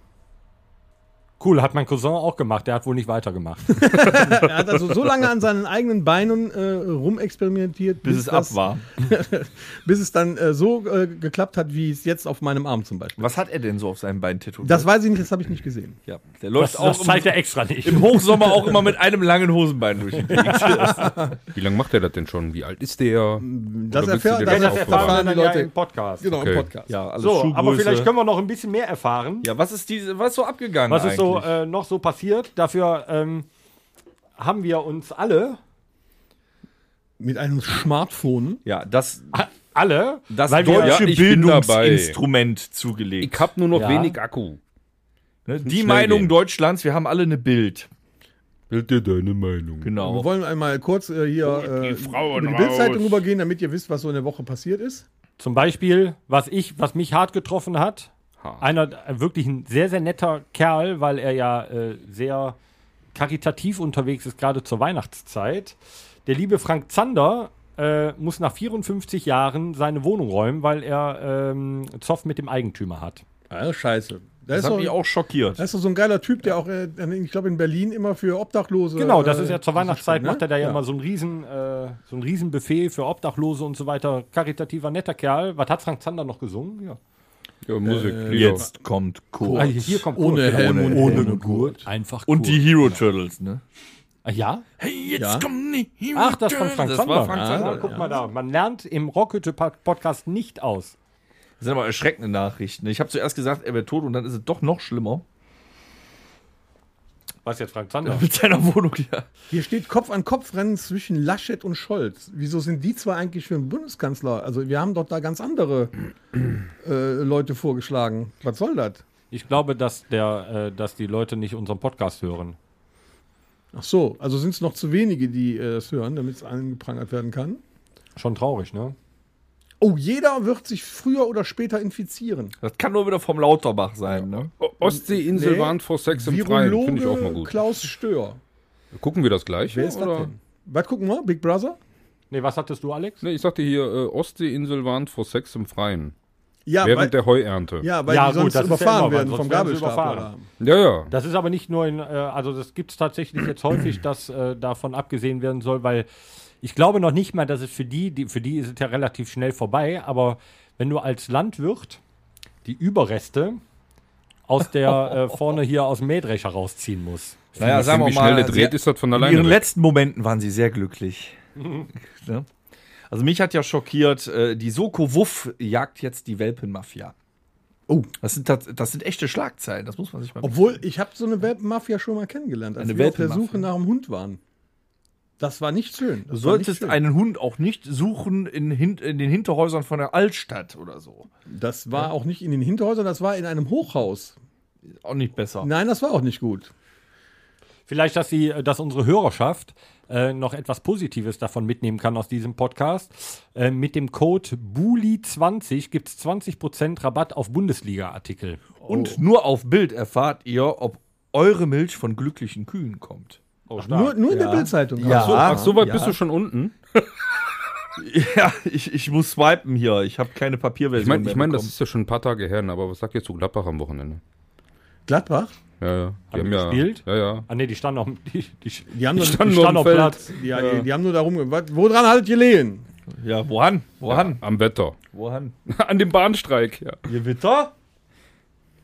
Speaker 3: Cool, hat mein Cousin auch gemacht. Der hat wohl nicht weitergemacht.
Speaker 2: Er hat also so lange an seinen eigenen Beinen äh, rumexperimentiert,
Speaker 4: Bis es ab
Speaker 2: das,
Speaker 4: war.
Speaker 2: bis es dann äh, so äh, geklappt hat, wie es jetzt auf meinem Arm zum Beispiel.
Speaker 4: Was hat er denn so auf seinem Bein tätowiert?
Speaker 2: Das weiß ich nicht, das habe ich nicht gesehen.
Speaker 4: ja, der läuft auch im-
Speaker 3: er extra nicht.
Speaker 4: im Hochsommer auch immer mit einem langen Hosenbein durch. die Gegend.
Speaker 5: Wie lange macht der das denn schon? Wie alt ist der?
Speaker 2: Das,
Speaker 5: Oder willst du
Speaker 2: erfährt,
Speaker 5: dir
Speaker 2: das,
Speaker 5: das
Speaker 2: das
Speaker 5: aufbewahren?
Speaker 2: erfahren die Leute.
Speaker 3: Podcast.
Speaker 2: Genau,
Speaker 5: Okay.
Speaker 2: im Podcast.
Speaker 4: ja, alles
Speaker 3: So, aber
Speaker 4: Schuhgröße.
Speaker 3: vielleicht können wir noch ein bisschen mehr erfahren.
Speaker 4: Ja, was ist diese, was ist so abgegangen?
Speaker 3: Was ist so
Speaker 4: eigentlich?
Speaker 3: äh, noch so passiert? Dafür ähm, haben wir uns alle,
Speaker 2: Mit einem Smartphone.
Speaker 4: ja, das,
Speaker 3: a- alle,
Speaker 4: das
Speaker 3: weil wir,
Speaker 5: Ja,
Speaker 4: deutsche
Speaker 5: ich bin
Speaker 4: Bildungsinstrument zugelegt.
Speaker 5: Ich hab nur noch
Speaker 3: Ja.
Speaker 5: wenig Akku.
Speaker 4: Ne, die
Speaker 5: schnell
Speaker 4: Meinung
Speaker 5: gehen.
Speaker 4: Deutschlands, wir haben alle eine Bild.
Speaker 5: Bild dir deine Meinung.
Speaker 2: Wir
Speaker 4: Genau.
Speaker 2: wollen einmal kurz äh,
Speaker 4: Oh,
Speaker 2: hier äh,
Speaker 5: Frauen
Speaker 2: über die Bildzeitung
Speaker 5: raus.
Speaker 2: rübergehen, damit ihr wisst, was so in der Woche passiert ist.
Speaker 3: zum Beispiel, was ich, was mich hart getroffen hat,
Speaker 5: Hart.
Speaker 3: einer äh, wirklich ein sehr, sehr netter Kerl, weil er ja äh, sehr karitativ unterwegs ist, gerade zur Weihnachtszeit. Der liebe Frank Zander äh, muss nach 54 Jahren seine Wohnung räumen, weil er ähm, Zoff mit dem Eigentümer hat.
Speaker 2: Ah, scheiße.
Speaker 4: Das
Speaker 2: ist
Speaker 4: hat
Speaker 2: doch-
Speaker 4: mich auch schockiert.
Speaker 2: Das ist doch so ein geiler Typ, der auch, äh, ich glaube, in Berlin immer für Obdachlose.
Speaker 3: Genau, das ist
Speaker 2: äh,
Speaker 3: ja zur Weihnachtszeit,
Speaker 2: ne?
Speaker 3: macht er da ja, immer so ein riesen, äh, so ein riesen Buffet für Obdachlose und so weiter. Karitativer, netter Kerl. Was hat Frank Zander noch gesungen? Ja.
Speaker 5: Ja, Musik.
Speaker 2: Äh,
Speaker 5: Lieder.
Speaker 4: Jetzt kommt Kurt.
Speaker 3: Ah, hier, hier kommt
Speaker 2: Ohne
Speaker 3: Kurt,
Speaker 2: Helm
Speaker 3: genau.
Speaker 2: und ohne, Gurt.
Speaker 3: Einfach
Speaker 4: Und die Hero Turtles, ne?
Speaker 3: Ah, Ja?
Speaker 4: Hey, jetzt
Speaker 2: Ja.
Speaker 4: kommen die Hero
Speaker 3: Ach, das von Frank
Speaker 4: Das
Speaker 3: Zander.
Speaker 4: war Frank
Speaker 3: Ah,
Speaker 4: Zander.
Speaker 3: guck mal da. Man lernt im Rockhütte-Podcast nicht aus.
Speaker 4: Das sind aber erschreckende Nachrichten. Ich habe zuerst gesagt, er wäre tot und dann ist es doch noch schlimmer.
Speaker 3: Was jetzt Frank Zander?
Speaker 4: Mit seiner Wohnung, ja.
Speaker 2: Hier steht Kopf an Kopf Rennen zwischen Laschet und Scholz. Wieso sind die zwei eigentlich für einen Bundeskanzler? Also wir haben doch da ganz andere äh, Leute vorgeschlagen. Was soll das?
Speaker 3: Ich glaube, dass, der, äh, dass die Leute nicht unseren Podcast hören.
Speaker 2: Ach so, also sind es noch zu wenige, die äh, das hören, damit es angeprangert werden kann.
Speaker 3: Schon traurig, ne?
Speaker 2: Oh, jeder wird sich früher oder später infizieren.
Speaker 4: Das kann nur wieder vom Lauterbach sein, ne?
Speaker 5: O- Ostseeinsel
Speaker 2: Nee.
Speaker 5: warnt vor Sex im Freien. Finde ich auch mal gut.
Speaker 2: Klaus Stör.
Speaker 5: Gucken wir das gleich?
Speaker 2: Wer ist das denn? Was gucken wir? Big Brother?
Speaker 3: Nee, was hattest du, Alex?
Speaker 5: Nee, ich sagte hier, äh, Ostseeinsel warnt vor Sex im Freien.
Speaker 2: Ja,
Speaker 5: während der Heuernte.
Speaker 2: ja weil
Speaker 3: Ja,
Speaker 2: die sonst
Speaker 3: gut, das ist ja
Speaker 2: überfahren
Speaker 3: immer was,
Speaker 2: werden
Speaker 3: sonst
Speaker 2: vom
Speaker 3: werden sie
Speaker 2: Gabelstapler.
Speaker 3: überfahren.
Speaker 5: ja. ja.
Speaker 3: Das ist aber nicht nur in, äh, also das gibt es tatsächlich jetzt häufig, dass äh, davon abgesehen werden soll, weil ich glaube noch nicht mal, dass es für die, die, für die ist es ja relativ schnell vorbei, aber wenn du als Landwirt die Überreste aus der äh, vorne hier aus dem Mähdrescher rausziehen musst.
Speaker 4: Naja,
Speaker 5: Nachdem, wie schnell der dreht, ist das von
Speaker 4: In
Speaker 5: alleine.
Speaker 4: ihren
Speaker 5: weg.
Speaker 4: letzten Momenten waren sie sehr glücklich. ne? Also mich hat ja schockiert, äh, die Soko Wuff jagt jetzt die Welpenmafia.
Speaker 2: Oh.
Speaker 4: Das sind, tats- das sind echte Schlagzeilen, das muss man sich mal
Speaker 2: Obwohl, ich habe so eine Welpenmafia schon mal kennengelernt, als
Speaker 4: Eine
Speaker 2: wir auf der
Speaker 4: Welpenmafia.
Speaker 2: Suche nach einem Hund waren. Das war nicht schön.
Speaker 4: Du
Speaker 2: Das war
Speaker 4: solltest
Speaker 2: nicht schön.
Speaker 4: einen Hund auch nicht suchen in, hin, in den Hinterhäusern von der Altstadt oder so.
Speaker 2: Das war auch nicht in den Hinterhäusern, das war in einem Hochhaus.
Speaker 4: Auch nicht besser.
Speaker 2: Nein, das war auch nicht gut.
Speaker 3: Vielleicht, dass sie, äh, dass unsere Hörerschaft äh, noch etwas Positives davon mitnehmen kann aus diesem Podcast. Äh, mit dem Code BULI20 gibt es 20% Rabatt auf Bundesliga-Artikel.
Speaker 4: Und nur auf Bild erfahrt ihr, ob eure Milch von glücklichen Kühen kommt.
Speaker 3: Oh,
Speaker 2: Nur, nur in der Bildzeitung.
Speaker 4: Ja.
Speaker 2: Ach so.
Speaker 5: Ach, so weit
Speaker 4: Ja.
Speaker 5: bist du schon unten.
Speaker 4: Ja, ich, ich muss swipen hier. Ich habe keine Papierversion.
Speaker 5: Ich meine,
Speaker 4: mehr
Speaker 5: ich mein, das
Speaker 4: bekommen.
Speaker 5: ist ja schon ein paar Tage her, ne, aber was sagt ihr zu Gladbach am Wochenende?
Speaker 2: Gladbach?
Speaker 5: Ja, ja. Die
Speaker 3: Haben
Speaker 5: haben
Speaker 3: die
Speaker 5: ja,
Speaker 3: gespielt?
Speaker 5: Ja, ja.
Speaker 3: Ah, nee, die standen auf dem- die, die, die
Speaker 2: Die haben, doch,
Speaker 5: standen nur
Speaker 3: standen
Speaker 5: am
Speaker 3: auf
Speaker 5: Feld.
Speaker 3: Platz.
Speaker 2: die, die, die haben nur darum. Was, woran haltet ihr Lehen?
Speaker 4: Ja, woran? Woran?
Speaker 5: Am Wetter.
Speaker 4: Woran?
Speaker 5: An dem Bahnstreik, ja.
Speaker 4: Gewitter?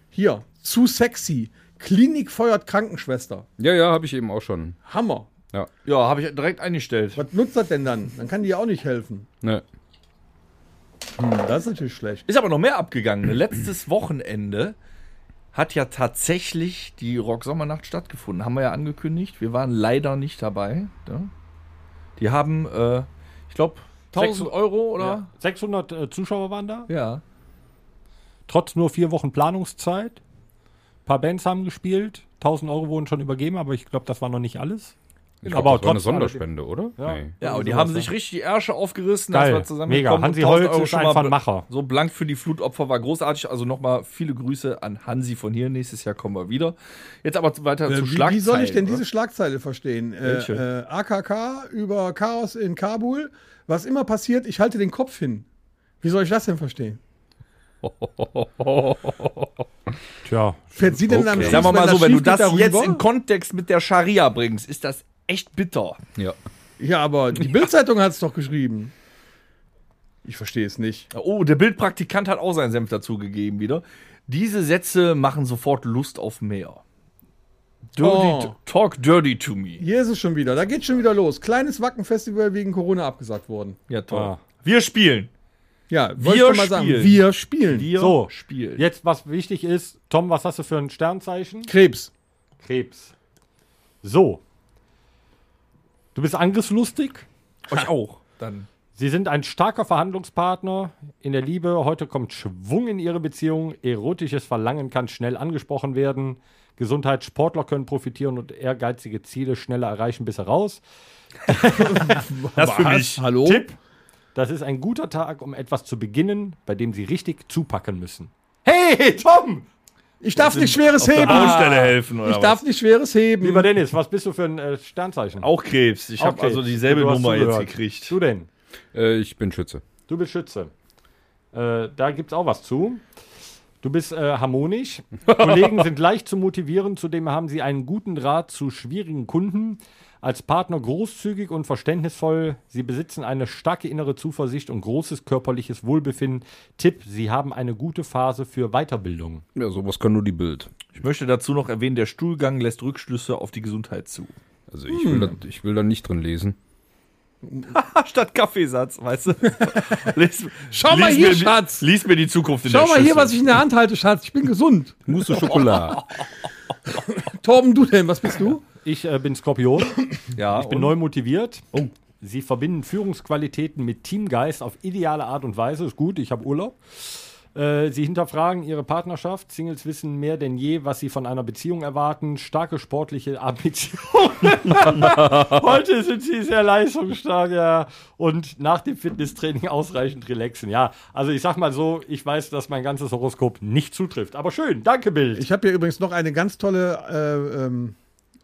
Speaker 2: Hier, zu sexy. Klinik feuert Krankenschwester.
Speaker 5: Ja, ja, habe ich eben auch schon.
Speaker 2: Hammer.
Speaker 4: Ja, habe ich direkt eingestellt.
Speaker 2: Was nutzt das denn dann? Dann kann die ja auch nicht helfen.
Speaker 5: Ne.
Speaker 2: Hm, das ist natürlich schlecht.
Speaker 4: Ist aber noch mehr abgegangen. Letztes Ne, Wochenende hat ja tatsächlich die Rock-Sommernacht stattgefunden. Haben wir ja angekündigt. Wir waren leider nicht dabei. Ne? Die haben, äh, ich glaube, 1000
Speaker 3: Sechs-
Speaker 4: Euro oder?
Speaker 3: 600 äh, Zuschauer waren da.
Speaker 4: Ja.
Speaker 3: Trotz nur vier Wochen Planungszeit. Ein paar Bands haben gespielt. 1000 Euro wurden schon übergeben, aber ich glaube, das war noch nicht alles.
Speaker 5: Ich
Speaker 3: Aber
Speaker 5: das war eine
Speaker 3: trotzdem-
Speaker 5: Sonderspende, oder?
Speaker 3: Ja.
Speaker 4: Ja, aber die
Speaker 3: Sowas,
Speaker 4: haben
Speaker 3: ne?
Speaker 4: sich richtig die Ärsche aufgerissen,
Speaker 3: Geil. Mega.
Speaker 4: und
Speaker 3: Hansi
Speaker 4: 1000
Speaker 3: Holz
Speaker 4: Euro
Speaker 3: ist
Speaker 4: schon mal
Speaker 3: einfach
Speaker 4: bl-
Speaker 3: Macher.
Speaker 4: So blank für die Flutopfer war großartig. Also nochmal viele Grüße an Hansi von hier. Nächstes Jahr kommen wir wieder. Jetzt aber weiter
Speaker 2: Äh,
Speaker 4: zu
Speaker 2: wie,
Speaker 4: Schlagzeilen.
Speaker 2: wie soll ich denn
Speaker 4: oder?
Speaker 2: diese Schlagzeile verstehen? Äh,
Speaker 4: Welche?
Speaker 2: äh, AKK über Chaos in Kabul. Was immer passiert, ich halte den Kopf hin. Wie soll ich das denn verstehen?
Speaker 3: Tja,
Speaker 2: Fährt sie denn dann am
Speaker 4: Sagen wir mal so, wenn du das jetzt in
Speaker 2: in
Speaker 4: Kontext mit der Scharia bringst, ist das echt bitter.
Speaker 5: Ja.
Speaker 2: Ja, aber die Bildzeitung hat es doch geschrieben. Ich verstehe es nicht.
Speaker 4: Oh, der Bildpraktikant hat auch seinen Senf dazugegeben wieder. Diese Sätze machen sofort Lust auf mehr. Dirty,
Speaker 2: Oh.
Speaker 4: Talk dirty to me.
Speaker 2: Hier ist es schon wieder. Da geht schon wieder los. Kleines Wacken-Festival wegen Corona abgesagt worden.
Speaker 4: Ja, toll.
Speaker 3: Ah.
Speaker 4: Wir spielen.
Speaker 2: Ja, wollte
Speaker 4: Wir
Speaker 2: ich doch mal sagen.
Speaker 4: spielen.
Speaker 2: Wir spielen.
Speaker 4: Wir
Speaker 3: So.
Speaker 4: spielen.
Speaker 3: jetzt was wichtig ist. Tom, was hast du für ein Sternzeichen?
Speaker 2: Krebs.
Speaker 3: Krebs. So. Du bist angriffslustig.
Speaker 4: Euch auch. Dann.
Speaker 3: Sie sind ein starker Verhandlungspartner in der Liebe. Heute kommt Schwung in Ihre Beziehung. Erotisches Verlangen kann schnell angesprochen werden. Gesundheit, Sportler können profitieren und ehrgeizige Ziele schneller erreichen bis heraus.
Speaker 4: Das für mich.
Speaker 2: Hallo?
Speaker 3: Tipp. Das ist ein guter Tag, um etwas zu beginnen, bei dem Sie richtig zupacken müssen. Hey, Tom!
Speaker 2: Ich darf nicht schweres heben.
Speaker 4: Baustelle helfen, oder?
Speaker 2: Ich darf nicht schweres heben.
Speaker 3: Lieber Dennis, was bist du für ein äh, Sternzeichen?
Speaker 4: was? Auch Krebs. Ich habe
Speaker 3: Okay.
Speaker 4: also dieselbe
Speaker 3: Du hast
Speaker 4: Nummer jetzt
Speaker 3: zugehört.
Speaker 4: gekriegt.
Speaker 3: Du denn?
Speaker 5: Äh, ich bin Schütze.
Speaker 3: Du bist Schütze. Äh, da gibt es auch was zu. Du bist äh, harmonisch. Kollegen sind leicht zu motivieren. Zudem haben sie einen guten Draht zu schwierigen Kunden. Als Partner großzügig und verständnisvoll. Sie besitzen eine starke innere Zuversicht und großes körperliches Wohlbefinden. Tipp: Sie haben eine gute Phase für Weiterbildung.
Speaker 5: Ja, sowas kann nur die Bild.
Speaker 4: Ich möchte dazu noch erwähnen, der Stuhlgang lässt Rückschlüsse auf die Gesundheit zu.
Speaker 5: Also ich will,
Speaker 3: Hm.
Speaker 5: da, ich will da nicht drin lesen.
Speaker 4: Statt Kaffeesatz, weißt du? lies,
Speaker 2: Schau mal
Speaker 4: lies
Speaker 2: hier,
Speaker 4: mir,
Speaker 2: Schatz.
Speaker 4: Lies mir die Zukunft in
Speaker 2: Schau
Speaker 4: der
Speaker 2: mal hier,
Speaker 4: Schüssel.
Speaker 2: was ich in der Hand halte, Schatz. Ich bin gesund.
Speaker 5: Mousse Schokolade.
Speaker 2: Torben, du denn? Was bist du?
Speaker 3: Ich äh, bin Skorpion.
Speaker 4: Ja,
Speaker 3: Ich bin neu motiviert. Sie verbinden Führungsqualitäten mit Teamgeist auf ideale Art und Weise. Ist gut, ich habe Urlaub. Äh, Sie hinterfragen ihre Partnerschaft. Singles wissen mehr denn je, was sie von einer Beziehung erwarten. Starke sportliche Ambitionen. Heute sind sie sehr leistungsstark ja. und nach dem Fitnesstraining ausreichend relaxen. Ja, also ich sag mal so, ich weiß, dass mein ganzes Horoskop nicht zutrifft. Aber schön, danke Bild.
Speaker 2: Ich habe hier übrigens noch eine ganz tolle äh, ähm,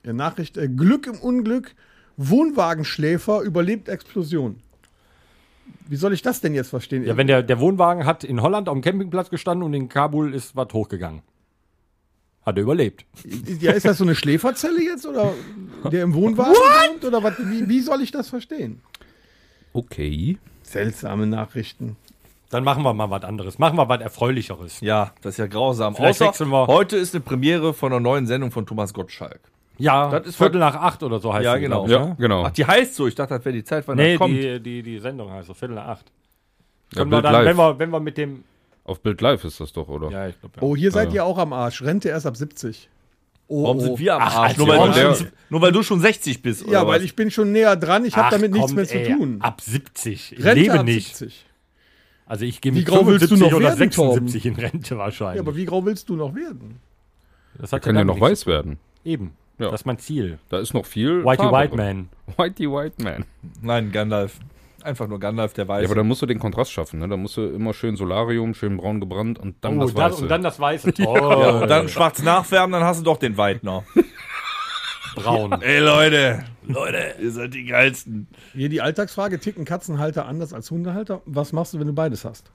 Speaker 2: Nachricht. Äh, Glück im Unglück. Wohnwagenschläfer überlebt Explosion. Wie soll ich das denn jetzt verstehen?
Speaker 3: ja, wenn der, der Wohnwagen hat in Holland auf dem Campingplatz gestanden und in Kabul ist was hochgegangen. Hat er überlebt.
Speaker 2: ja, ist das so eine Schläferzelle jetzt oder der im Wohnwagen wohnt? Oder was, wie, wie soll ich das verstehen?
Speaker 5: Okay.
Speaker 2: Seltsame Nachrichten.
Speaker 3: Dann machen wir mal was anderes. Machen wir was Erfreulicheres.
Speaker 4: Ja, das ist ja grausam.
Speaker 3: Vielleicht wechseln wir-
Speaker 4: heute ist eine Premiere von einer neuen Sendung von Thomas Gottschalk.
Speaker 3: Ja,
Speaker 4: Das ist
Speaker 3: Viertel nach acht oder so heißt
Speaker 4: Ja,
Speaker 3: die,
Speaker 4: genau.
Speaker 3: glaub ich.
Speaker 5: Ja, genau.
Speaker 4: Ach, die heißt so. Ich dachte, das wäre die Zeit, wann
Speaker 3: Nee,
Speaker 4: das kommt.
Speaker 3: die, die, die Sendung heißt so, Viertel nach acht.
Speaker 5: ja,
Speaker 3: Können wir
Speaker 5: Bild
Speaker 3: dann, wenn
Speaker 5: Live.
Speaker 3: wir, wenn wir mit dem.
Speaker 5: Auf Bild Live ist das doch, oder?
Speaker 3: Ja, ich glaube, ja.
Speaker 2: Oh, hier seid
Speaker 5: Ja.
Speaker 2: ihr auch am Arsch. Rente erst ab 70. Oh,
Speaker 4: Warum
Speaker 2: oh.
Speaker 4: sind wir am
Speaker 3: Ach,
Speaker 4: Arsch?
Speaker 3: als
Speaker 4: Nur
Speaker 3: wir
Speaker 4: weil, du
Speaker 5: waren-
Speaker 4: schon, nur weil du schon 60 bist,
Speaker 2: Ja, weil ich bin schon näher dran. Ich habe
Speaker 3: Ach,
Speaker 2: damit nichts
Speaker 3: kommt,
Speaker 2: mehr zu
Speaker 3: ey,
Speaker 2: tun.
Speaker 3: Ab 70. Ich
Speaker 2: Rente
Speaker 3: lebe
Speaker 2: ab
Speaker 3: nicht.
Speaker 2: 70.
Speaker 3: Also ich gehe
Speaker 2: Wie
Speaker 3: mit
Speaker 2: grau willst du
Speaker 3: 75
Speaker 2: noch
Speaker 3: oder
Speaker 2: werden,
Speaker 3: 76 in Rente wahrscheinlich.
Speaker 2: Ja, aber wie grau willst du noch werden?
Speaker 3: das hat
Speaker 5: Kann ja noch
Speaker 3: damit
Speaker 5: weiß werden.
Speaker 3: nichts- Eben.
Speaker 5: Ja.
Speaker 3: Das ist mein Ziel.
Speaker 5: Da ist noch viel.
Speaker 3: Whitey
Speaker 5: Farbe
Speaker 3: White
Speaker 5: drin.
Speaker 3: Man.
Speaker 5: Whitey White Man.
Speaker 4: Nein, Gandalf. Einfach nur Gandalf, der weiß.
Speaker 5: Ja, aber dann musst du den Kontrast schaffen, ne? Da musst du immer schön Solarium, schön braun gebrannt und dann
Speaker 3: Oh,
Speaker 5: das
Speaker 3: das,
Speaker 5: Weiße.
Speaker 3: und dann das Weiße. Oh, Toll.
Speaker 4: Ja, und dann schwarz nachfärben, dann hast du doch den Weidner.
Speaker 3: Braun.
Speaker 4: Ey, Leute. Leute, ihr seid die Geilsten.
Speaker 2: Hier die Alltagsfrage: Ticken Katzenhalter anders als Hundehalter? Was machst du, wenn du beides hast?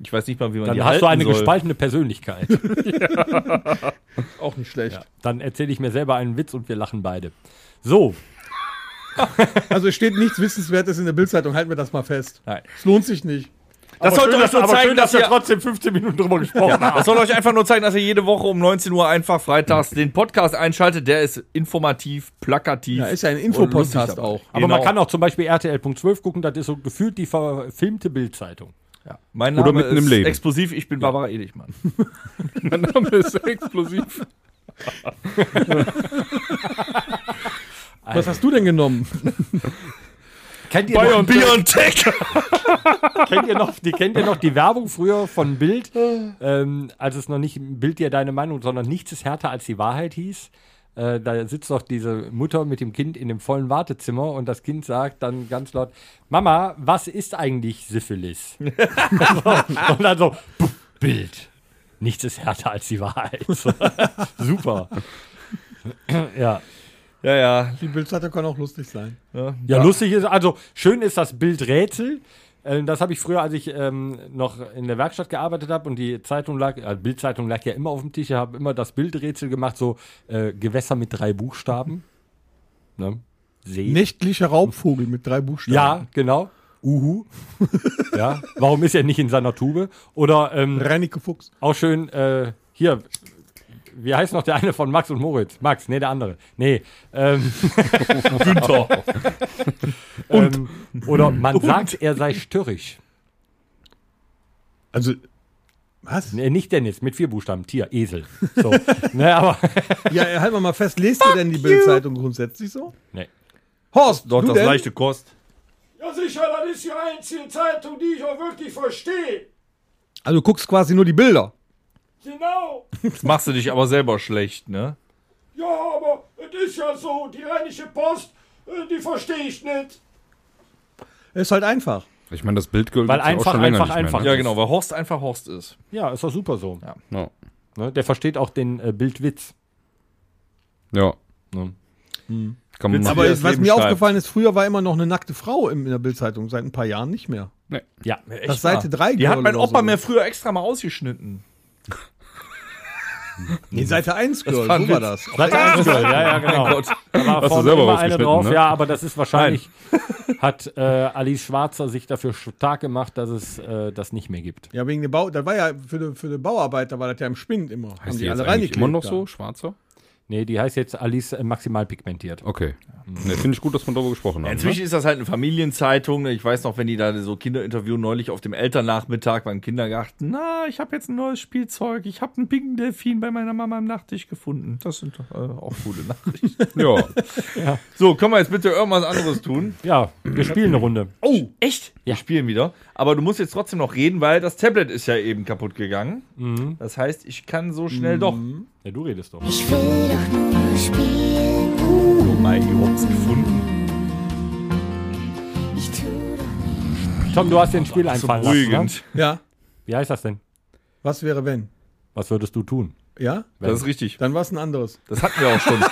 Speaker 4: Ich weiß nicht mal, wie man
Speaker 3: Dann
Speaker 4: die
Speaker 3: hast
Speaker 4: halten
Speaker 3: du eine
Speaker 4: soll.
Speaker 3: gespaltene Persönlichkeit.
Speaker 2: Auch nicht schlecht.
Speaker 3: Dann erzähle ich mir selber einen Witz und wir lachen beide. So,
Speaker 2: Also es steht nichts Wissenswertes in der Bildzeitung. Halten wir das mal fest.
Speaker 4: Nein.
Speaker 2: Es lohnt sich nicht.
Speaker 4: Das
Speaker 3: Aber
Speaker 4: sollte
Speaker 3: schön,
Speaker 4: euch nur
Speaker 3: aber
Speaker 4: zeigen,
Speaker 3: schön,
Speaker 4: dass
Speaker 3: wir
Speaker 4: ihr-
Speaker 3: trotzdem 15 Minuten drüber gesprochen haben.
Speaker 4: Das soll euch einfach nur zeigen, dass ihr jede Woche um 19 Uhr einfach freitags den Podcast einschaltet. Der ist informativ, plakativ.
Speaker 2: Ja, ist ja ein
Speaker 4: und
Speaker 2: Infopodcast
Speaker 4: lustig dabei.
Speaker 2: auch.
Speaker 3: Aber man
Speaker 4: Genau.
Speaker 3: kann auch zum Beispiel RTL.12 gucken, das ist so gefühlt die verfilmte Bildzeitung.
Speaker 4: Mein
Speaker 5: Oder mitten im Leben.
Speaker 4: Explosiv, ich bin Barbara Edichmann.
Speaker 5: Mein Name ist explosiv.
Speaker 2: Was hast du denn genommen?
Speaker 3: Kennt ihr, noch,
Speaker 4: Biontech!
Speaker 3: kennt ihr noch, die kennt ihr noch die Werbung früher von Bild, ähm, als es noch nicht Bild dir deine Meinung, sondern nichts ist härter als die Wahrheit hieß. Äh, da sitzt doch diese Mutter mit dem Kind in dem vollen Wartezimmer und das Kind sagt dann ganz laut: Mama, was ist eigentlich Syphilis? also, und dann so: "Puh, Bild. Nichts ist härter als die Wahrheit. Super. ja.
Speaker 4: Ja, ja.
Speaker 2: Die Bildzeitung kann auch lustig sein.
Speaker 3: Ja, lustig ist, also schön ist das Bildrätsel. Ähm, Das habe ich früher, als ich ähm, noch in der Werkstatt gearbeitet habe und die Zeitung lag, äh, Bildzeitung lag ja immer auf dem Tisch, ich habe immer das Bildrätsel gemacht, so äh, Gewässer mit drei Buchstaben. Ne? See.
Speaker 2: Nächtlicher Raubvogel mit drei Buchstaben.
Speaker 3: Ja, genau. Uhu. ja. Warum ist er nicht in seiner Tube? Oder ähm,
Speaker 2: Reinicke Fuchs.
Speaker 3: auch schön, äh, hier, wie heißt noch der eine von Max und Moritz? Max, nee, der andere. Nee. Ähm, Günther. und, ähm, oder man sagt, er sei störrisch.
Speaker 2: Also, was?
Speaker 3: Nee, nicht Dennis, mit vier Buchstaben, Tier, Esel. So. ne, aber,
Speaker 2: Ja, halt mal, mal fest, lest ihr denn die Bildzeitung grundsätzlich so?
Speaker 3: nee.
Speaker 2: Horst,
Speaker 4: Doch,
Speaker 2: du
Speaker 4: das
Speaker 2: denn?
Speaker 4: leichte Kost.
Speaker 7: Ja, sicher, das ist die einzige Zeitung, die ich auch wirklich verstehe.
Speaker 2: Also du guckst quasi nur die Bilder.
Speaker 7: Genau.
Speaker 4: Jetzt machst du dich aber selber schlecht, ne?
Speaker 7: Ja, aber es ist ja so, die Rheinische Post, äh, die verstehe ich nicht.
Speaker 2: Ist halt einfach.
Speaker 5: Ich meine, das Bild gilt
Speaker 3: Weil
Speaker 5: jetzt
Speaker 3: einfach, einfach, einfach.
Speaker 4: Ja, genau, weil Horst einfach Horst ist.
Speaker 3: Ja, ist doch super so.
Speaker 5: Ne?
Speaker 3: Ne, der versteht auch den äh, Bildwitz.
Speaker 5: Ja. ja.
Speaker 3: Ne?
Speaker 5: Kann man
Speaker 4: Witz-
Speaker 5: machen.
Speaker 2: Aber
Speaker 4: Wie
Speaker 2: was
Speaker 4: das
Speaker 2: mir
Speaker 4: Leben schreibt.
Speaker 2: aufgefallen ist, früher war immer noch eine nackte Frau in, in der Bildzeitung, seit ein paar Jahren nicht mehr.
Speaker 3: Ja.
Speaker 2: Das Seite 3
Speaker 4: Die hat mein
Speaker 2: oder
Speaker 4: Opa
Speaker 2: so.
Speaker 4: mir früher extra mal ausgeschnitten.
Speaker 2: Nee, Seite 1 Girl,
Speaker 4: war ein
Speaker 2: so war
Speaker 4: Witz.
Speaker 2: das.
Speaker 3: Das ist cool. Ja, ja, genau. Da war
Speaker 5: Hast du
Speaker 3: vorne immer
Speaker 5: selber
Speaker 3: eine
Speaker 5: rausgeschnitten,
Speaker 3: drauf.
Speaker 5: ne?
Speaker 3: Ja, aber das ist wahrscheinlich, hat äh, Alice Schwarzer sich dafür stark gemacht, dass es äh, das nicht mehr gibt.
Speaker 2: Ja, wegen der Bau, da war ja für die, für die Bauarbeiter war das ja im Spind immer.
Speaker 5: Heißt die jetzt eigentlich
Speaker 2: reingeklebt
Speaker 5: immer noch
Speaker 2: da.
Speaker 5: so? Schwarzer?
Speaker 3: Nee, die heißt jetzt Alice äh, maximal pigmentiert.
Speaker 5: Okay. Ne, finde ich gut, dass wir darüber gesprochen haben.
Speaker 4: Inzwischen
Speaker 5: Ne?
Speaker 4: ist das halt eine Familienzeitung. ne? Ich weiß noch, wenn die da so Kinderinterview neulich auf dem Elternnachmittag beim Kindergarten. Na, ich habe jetzt ein neues Spielzeug. Ich habe einen Pinken-Delfin bei meiner Mama am Nachttisch gefunden. Das sind äh, auch gute Nachrichten.
Speaker 5: ne? Ja.
Speaker 4: so, können wir jetzt bitte irgendwas anderes tun?
Speaker 3: Ja, wir spielen eine Runde.
Speaker 4: Oh, echt?
Speaker 3: Ja.
Speaker 4: Wir spielen wieder. Aber du musst jetzt trotzdem noch reden, weil das Tablet ist ja eben kaputt gegangen. Das heißt, ich kann so schnell doch.
Speaker 3: Ja, du redest doch.
Speaker 8: Ich will doch nur spielen.
Speaker 4: Oh mein, ich hab's gefunden.
Speaker 8: Ich tu doch
Speaker 3: Tom, du hast dir ein Spiel einfallen lassen. Ne?
Speaker 4: Beruhigend.
Speaker 2: Ja,
Speaker 3: Wie heißt das denn?
Speaker 2: was wäre wenn?
Speaker 3: Was würdest du tun?
Speaker 2: Ja,
Speaker 4: Das ist richtig.
Speaker 2: dann war es ein anderes.
Speaker 4: Das hatten wir auch schon.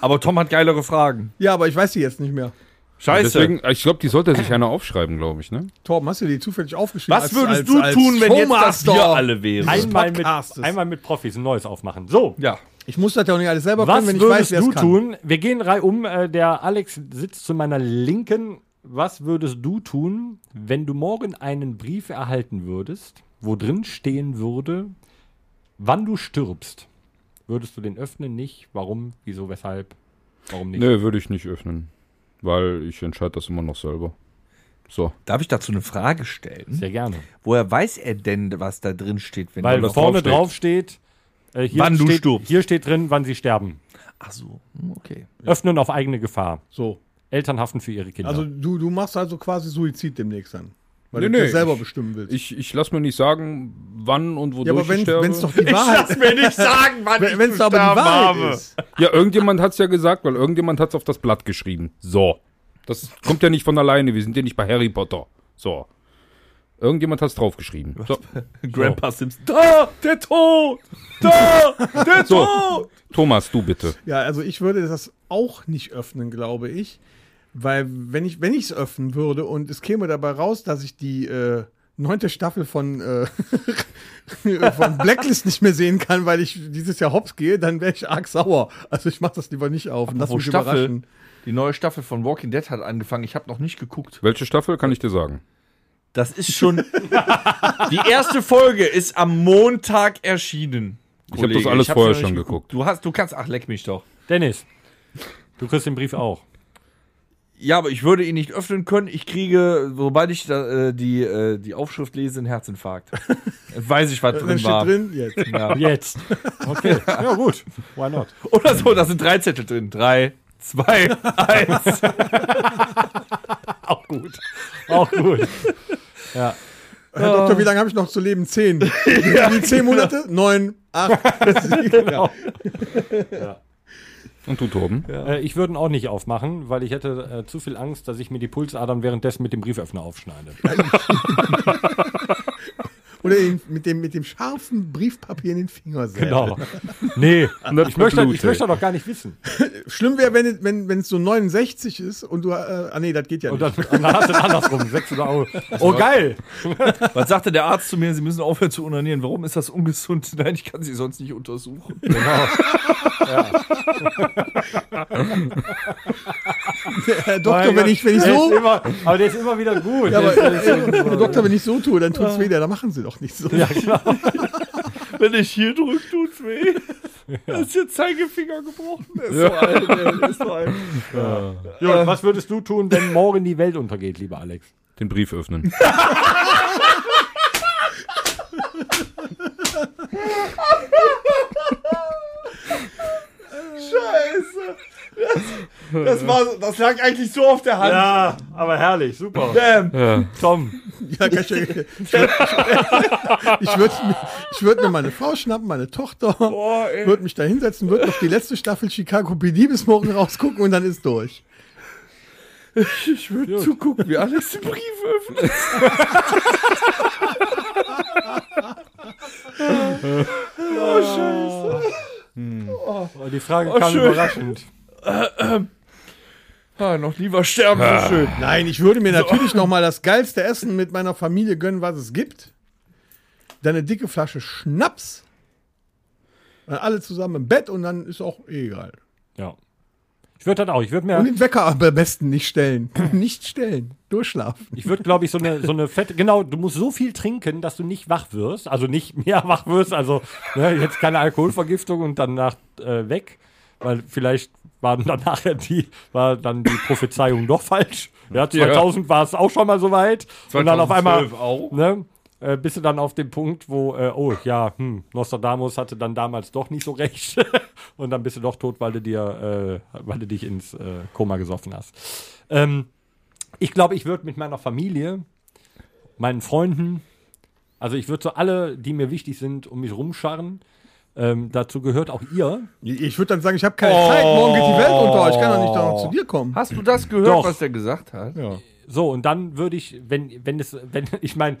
Speaker 4: Aber Tom hat geilere Fragen.
Speaker 2: Ja, aber ich weiß sie jetzt nicht mehr.
Speaker 4: Scheiße.
Speaker 5: Deswegen, ich glaube, die sollte sich einer aufschreiben, glaube ich, ne?
Speaker 2: Torben, hast du die zufällig aufgeschrieben?
Speaker 4: Was würdest du tun, wenn jetzt das
Speaker 2: Showmaster?
Speaker 4: wir alle wären?
Speaker 3: Einmal mit,
Speaker 2: Podcastes.
Speaker 3: einmal mit Profis ein neues aufmachen. So,
Speaker 4: Ja.
Speaker 2: Ich muss das ja auch nicht alles selber
Speaker 3: was
Speaker 2: können, wenn ich weiß,
Speaker 3: würdest
Speaker 2: wer
Speaker 3: du
Speaker 2: es kann.
Speaker 3: tun? Wir gehen reihum. Äh, der Alex sitzt zu meiner Linken. Was würdest du tun, wenn du morgen einen Brief erhalten würdest, wo drin stehen würde, wann du stirbst? Würdest du den öffnen? Nicht? Warum? Wieso? Weshalb? Warum nicht?
Speaker 5: Ne, würde ich nicht öffnen. Weil ich entscheide das immer noch selber. So.
Speaker 4: Darf ich dazu eine Frage stellen?
Speaker 3: Sehr gerne.
Speaker 4: Woher weiß er denn, was da drin steht, wenn
Speaker 3: Weil
Speaker 4: da was
Speaker 3: vorne
Speaker 4: draufsteht?
Speaker 3: drauf steht, äh, hier
Speaker 4: Wann du
Speaker 3: steht,
Speaker 4: stirbst.
Speaker 3: Hier steht drin, wann sie sterben.
Speaker 4: Ach so, hm, okay.
Speaker 3: Öffnen auf eigene Gefahr.
Speaker 2: So.
Speaker 3: Eltern haften für ihre Kinder.
Speaker 2: Also du, du machst also quasi Suizid demnächst dann. Weil
Speaker 5: Nee,
Speaker 2: du das
Speaker 5: nee,
Speaker 2: selber
Speaker 5: ich-
Speaker 2: bestimmen willst.
Speaker 5: Ich, ich lasse mir nicht sagen, wann und wodurch
Speaker 2: ja, aber wenn
Speaker 5: ich sterbe.
Speaker 2: es doch die Wahrheit
Speaker 4: mir nicht sagen, wann
Speaker 2: wenn- wenn's aber die Wahrheit ist.
Speaker 5: ja, irgendjemand hat's ja gesagt, weil irgendjemand hat's auf das Blatt geschrieben. So. Das kommt ja nicht von alleine. Wir sind ja nicht bei Harry Potter. So. Irgendjemand hat's draufgeschrieben. So.
Speaker 4: Grandpa Simpson. Da, der Tod! Da, der
Speaker 5: so. Thomas, du bitte.
Speaker 2: Ja, also ich würde das auch nicht öffnen, glaube ich. Weil wenn ich wenn ich es öffnen würde und es käme dabei raus, dass ich die äh, neunte Staffel von, äh, von Blacklist nicht mehr sehen kann, weil ich dieses Jahr hops gehe, dann wäre ich arg sauer. Also ich mache das lieber nicht auf und lass
Speaker 4: Apropos
Speaker 2: mich
Speaker 4: Staffel.
Speaker 2: überraschen.
Speaker 4: Die neue Staffel von Walking Dead hat angefangen. Ich habe noch nicht geguckt.
Speaker 5: Welche Staffel kann ich dir sagen?
Speaker 4: Das ist schon. die erste Folge ist am Montag erschienen.
Speaker 5: Ich habe das
Speaker 4: Kollege.
Speaker 5: alles
Speaker 4: hab's
Speaker 5: vorher
Speaker 4: noch nicht
Speaker 5: schon geguckt.
Speaker 4: Du hast, du kannst, ach leck mich doch.
Speaker 3: Dennis, du kriegst den Brief auch.
Speaker 4: Ja, aber ich würde ihn nicht öffnen können. Ich kriege, sobald ich da, äh, die, äh, die Aufschrift lese, einen Herzinfarkt. Jetzt weiß ich, was
Speaker 2: Dann
Speaker 4: drin
Speaker 2: steht
Speaker 4: war.
Speaker 2: drin, jetzt.
Speaker 4: Ja.
Speaker 3: Jetzt. Okay. Ja, gut. Why not?
Speaker 4: Oder so, da sind drei Zettel drin. Drei, zwei, eins.
Speaker 3: Auch gut. Auch gut.
Speaker 2: Herr Doktor, wie lange habe ich noch zu leben? Zehn. Wie zehn Monate? Neun, acht.
Speaker 3: Genau.
Speaker 5: Und du, Torben?
Speaker 3: Äh, ich würde ihn auch nicht aufmachen, weil ich hätte äh, zu viel Angst, dass ich mir die Pulsadern währenddessen mit dem Brieföffner aufschneide.
Speaker 2: Oder ihn mit dem, mit dem scharfen Briefpapier in den Finger selber.
Speaker 3: Genau. Nee, ich möchte, ich
Speaker 5: blutet.
Speaker 3: möchte doch gar nicht wissen.
Speaker 2: Schlimm wäre, wenn, wenn, wenn es so 69 ist und du, äh, ah nee, das geht ja
Speaker 3: Und
Speaker 2: nicht.
Speaker 3: dann, dann hast du es andersrum. 600 Euro. Oh, geil.
Speaker 4: Was sagte der Arzt zu mir? Sie müssen aufhören zu unanieren. Warum ist das ungesund? Nein, ich kann sie sonst nicht untersuchen.
Speaker 2: Herr Doktor, wenn
Speaker 3: Mein Gott.
Speaker 2: ich, wenn ich
Speaker 3: Der
Speaker 2: so,
Speaker 3: ist immer, aber der ist immer wieder gut.
Speaker 2: ja,
Speaker 3: Der
Speaker 2: aber,
Speaker 3: ist-
Speaker 2: äh, Herr Doktor, wenn ich so tue, dann tut's weh, da machen sie doch nicht so. Ja,
Speaker 4: Wenn ich hier drücke, tut's weh. Da ist jetzt Zeigefinger gebrochen. Der ist so alt, ey. Der ist so alt.
Speaker 3: Jörg,
Speaker 2: äh,
Speaker 3: was würdest du tun, wenn morgen die Welt untergeht, lieber Alex?
Speaker 5: Den Brief öffnen.
Speaker 4: Das, war, so- das lag eigentlich so auf der Hand.
Speaker 3: Ja, aber herrlich, super.
Speaker 4: Bam.
Speaker 3: Tom,
Speaker 2: kann ich, ja- ich, würd- ich würde ich würd mir meine Frau schnappen, meine Tochter, würde mich da hinsetzen, würde noch die letzte Staffel Chicago PD bis morgen rausgucken und dann ist durch.
Speaker 4: Ich würde zugucken, wie Alex den Brief öffnet.
Speaker 3: oh, die Frage
Speaker 4: Oh,
Speaker 3: kam
Speaker 4: schön.
Speaker 3: überraschend.
Speaker 4: Ah, noch lieber sterben, so schön.
Speaker 2: Nein, ich würde mir natürlich noch mal das geilste Essen mit meiner Familie gönnen, was es gibt. Dann eine dicke Flasche Schnaps. Dann alle zusammen im Bett und dann ist auch eh egal.
Speaker 3: Ja. Ich würde dann auch, ich würde
Speaker 2: Und
Speaker 3: mir,
Speaker 2: den Wecker aber am besten nicht stellen. nicht stellen. Durchschlafen.
Speaker 3: ich würde, glaube ich, so eine, so eine fette, genau, du musst so viel trinken, dass du nicht wach wirst, also nicht mehr wach wirst, also ne, jetzt keine Alkoholvergiftung und danach äh, weg, weil vielleicht war dann nachher die, war dann die Prophezeiung doch falsch. Ja, 2000 war es auch schon mal so weit. Und dann auf einmal
Speaker 4: 2012 auch.
Speaker 3: ne? Äh, bist du dann auf dem Punkt, wo, äh, oh ja, hm, Nostradamus hatte dann damals doch nicht so recht. und dann bist du doch tot, weil du dir, äh, weil du dich ins äh, Koma gesoffen hast. Ähm, ich glaube, ich würde mit meiner Familie, meinen Freunden, also ich würde so alle, die mir wichtig sind, um mich rumscharren. Ähm, dazu gehört auch ihr.
Speaker 2: Ich würde dann sagen, ich habe keine Zeit. Morgen geht die Welt unter. Ich kann doch nicht noch zu dir kommen.
Speaker 4: Hast du das gehört,
Speaker 3: Doch.
Speaker 4: was der gesagt hat?
Speaker 3: So, und dann würde ich, wenn, wenn es, wenn, ich meine,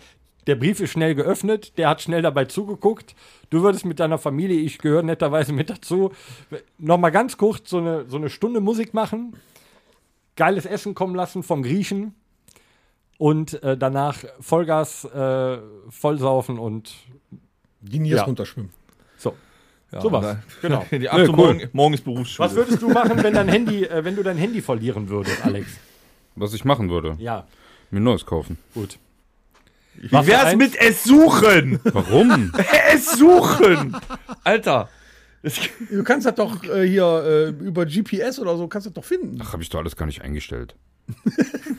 Speaker 3: der Brief ist schnell geöffnet, der hat schnell dabei zugeguckt. Du würdest mit deiner Familie, ich gehöre netterweise mit dazu, nochmal ganz kurz so eine, so eine Stunde Musik machen, geiles Essen kommen lassen vom Griechen und äh, danach Vollgas äh, vollsaufen und
Speaker 2: Die Niers
Speaker 3: Ja.
Speaker 2: runterschwimmen.
Speaker 3: so. sowas.
Speaker 4: nein.
Speaker 3: Genau.
Speaker 4: Die Achtung, morgen, morgen ist Berufsschule.
Speaker 3: Was würdest du machen, wenn dein Handy, äh, wenn du dein Handy verlieren würdest, Alex?
Speaker 5: Was ich machen würde.
Speaker 3: Ja,
Speaker 5: Mir ein neues kaufen.
Speaker 3: gut.
Speaker 4: Wie wär's mit es suchen?
Speaker 5: Warum?
Speaker 4: es suchen! Alter. Das,
Speaker 2: Du kannst das doch äh, hier äh, über GPS oder so, kannst das doch finden.
Speaker 5: Habe ich doch alles gar nicht eingestellt.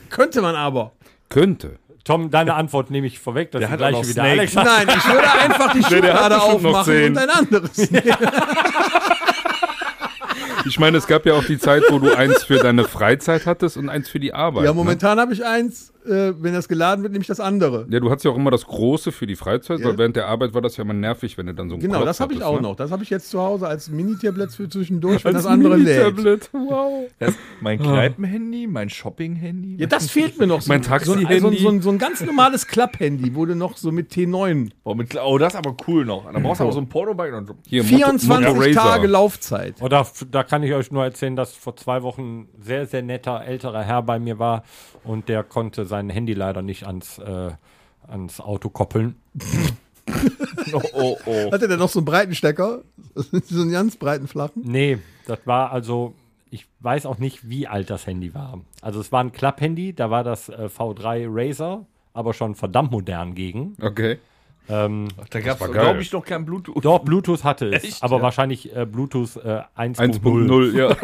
Speaker 2: Könnte man aber.
Speaker 5: Könnte.
Speaker 3: Tom, deine Antwort nehme ich vorweg, das ist die
Speaker 4: hat auch
Speaker 3: gleiche
Speaker 4: noch
Speaker 3: wie der
Speaker 4: Snake.
Speaker 3: Alex.
Speaker 2: Nein, ich würde einfach die Schublade
Speaker 5: bestimmt noch
Speaker 2: aufmachen
Speaker 5: zehn.
Speaker 2: und ein anderes.
Speaker 5: Ich meine, es gab ja auch die Zeit, wo du eins für deine Freizeit hattest und eins für die Arbeit.
Speaker 2: Ja,
Speaker 5: ne?
Speaker 2: momentan habe ich eins, äh, wenn das geladen wird, nehme ich das andere.
Speaker 5: Ja, du hattest ja auch immer das Große für die Freizeit, weil
Speaker 2: Ja.
Speaker 5: während der Arbeit war das ja immer nervig, wenn du dann so einen
Speaker 2: Genau,
Speaker 5: Klotz
Speaker 2: das habe ich
Speaker 5: hattest,
Speaker 2: auch
Speaker 5: ne?
Speaker 2: noch. Das habe ich jetzt zu Hause als Mini-Tablet für zwischendurch, wenn das andere lädt.
Speaker 5: Tablet, wow.
Speaker 4: das, mein Kneipenhandy, mein Shopping-Handy.
Speaker 2: Ja, das fehlt mir noch. So,
Speaker 5: Mein
Speaker 2: so, ein- so,
Speaker 5: Taxi-Handy.
Speaker 2: ein- so, ein- so ein ganz normales Klapp-Handy wurde noch so mit T9.
Speaker 4: Boah, mit, oh, das ist aber cool noch. Da brauchst du aber so ein Porno-Bike. und-
Speaker 5: Hier, Motor-
Speaker 2: 24
Speaker 5: Motorracer.
Speaker 2: Tage Laufzeit.
Speaker 3: Oder f- da kann ich euch nur erzählen, dass vor zwei Wochen ein sehr, sehr netter älterer Herr bei mir war und der konnte sein Handy leider nicht ans, äh, ans Auto koppeln.
Speaker 4: Oh, oh, oh.
Speaker 2: Hatte der noch so einen breiten Stecker? so einen ganz breiten, flachen?
Speaker 3: Nee, das war also, ich weiß auch nicht, wie alt das Handy war. Also es war ein Klapp-Handy, da war das äh, V3 Razer, aber schon verdammt modern gegen.
Speaker 5: Okay.
Speaker 3: Ähm,
Speaker 4: Da gab's,
Speaker 5: geil.
Speaker 4: glaube ich, noch kein Bluetooth.
Speaker 3: doch, Bluetooth hatte es,
Speaker 4: Echt,
Speaker 3: aber
Speaker 4: ja?
Speaker 3: wahrscheinlich äh, Bluetooth äh, 1.0.
Speaker 5: 1.0, ja.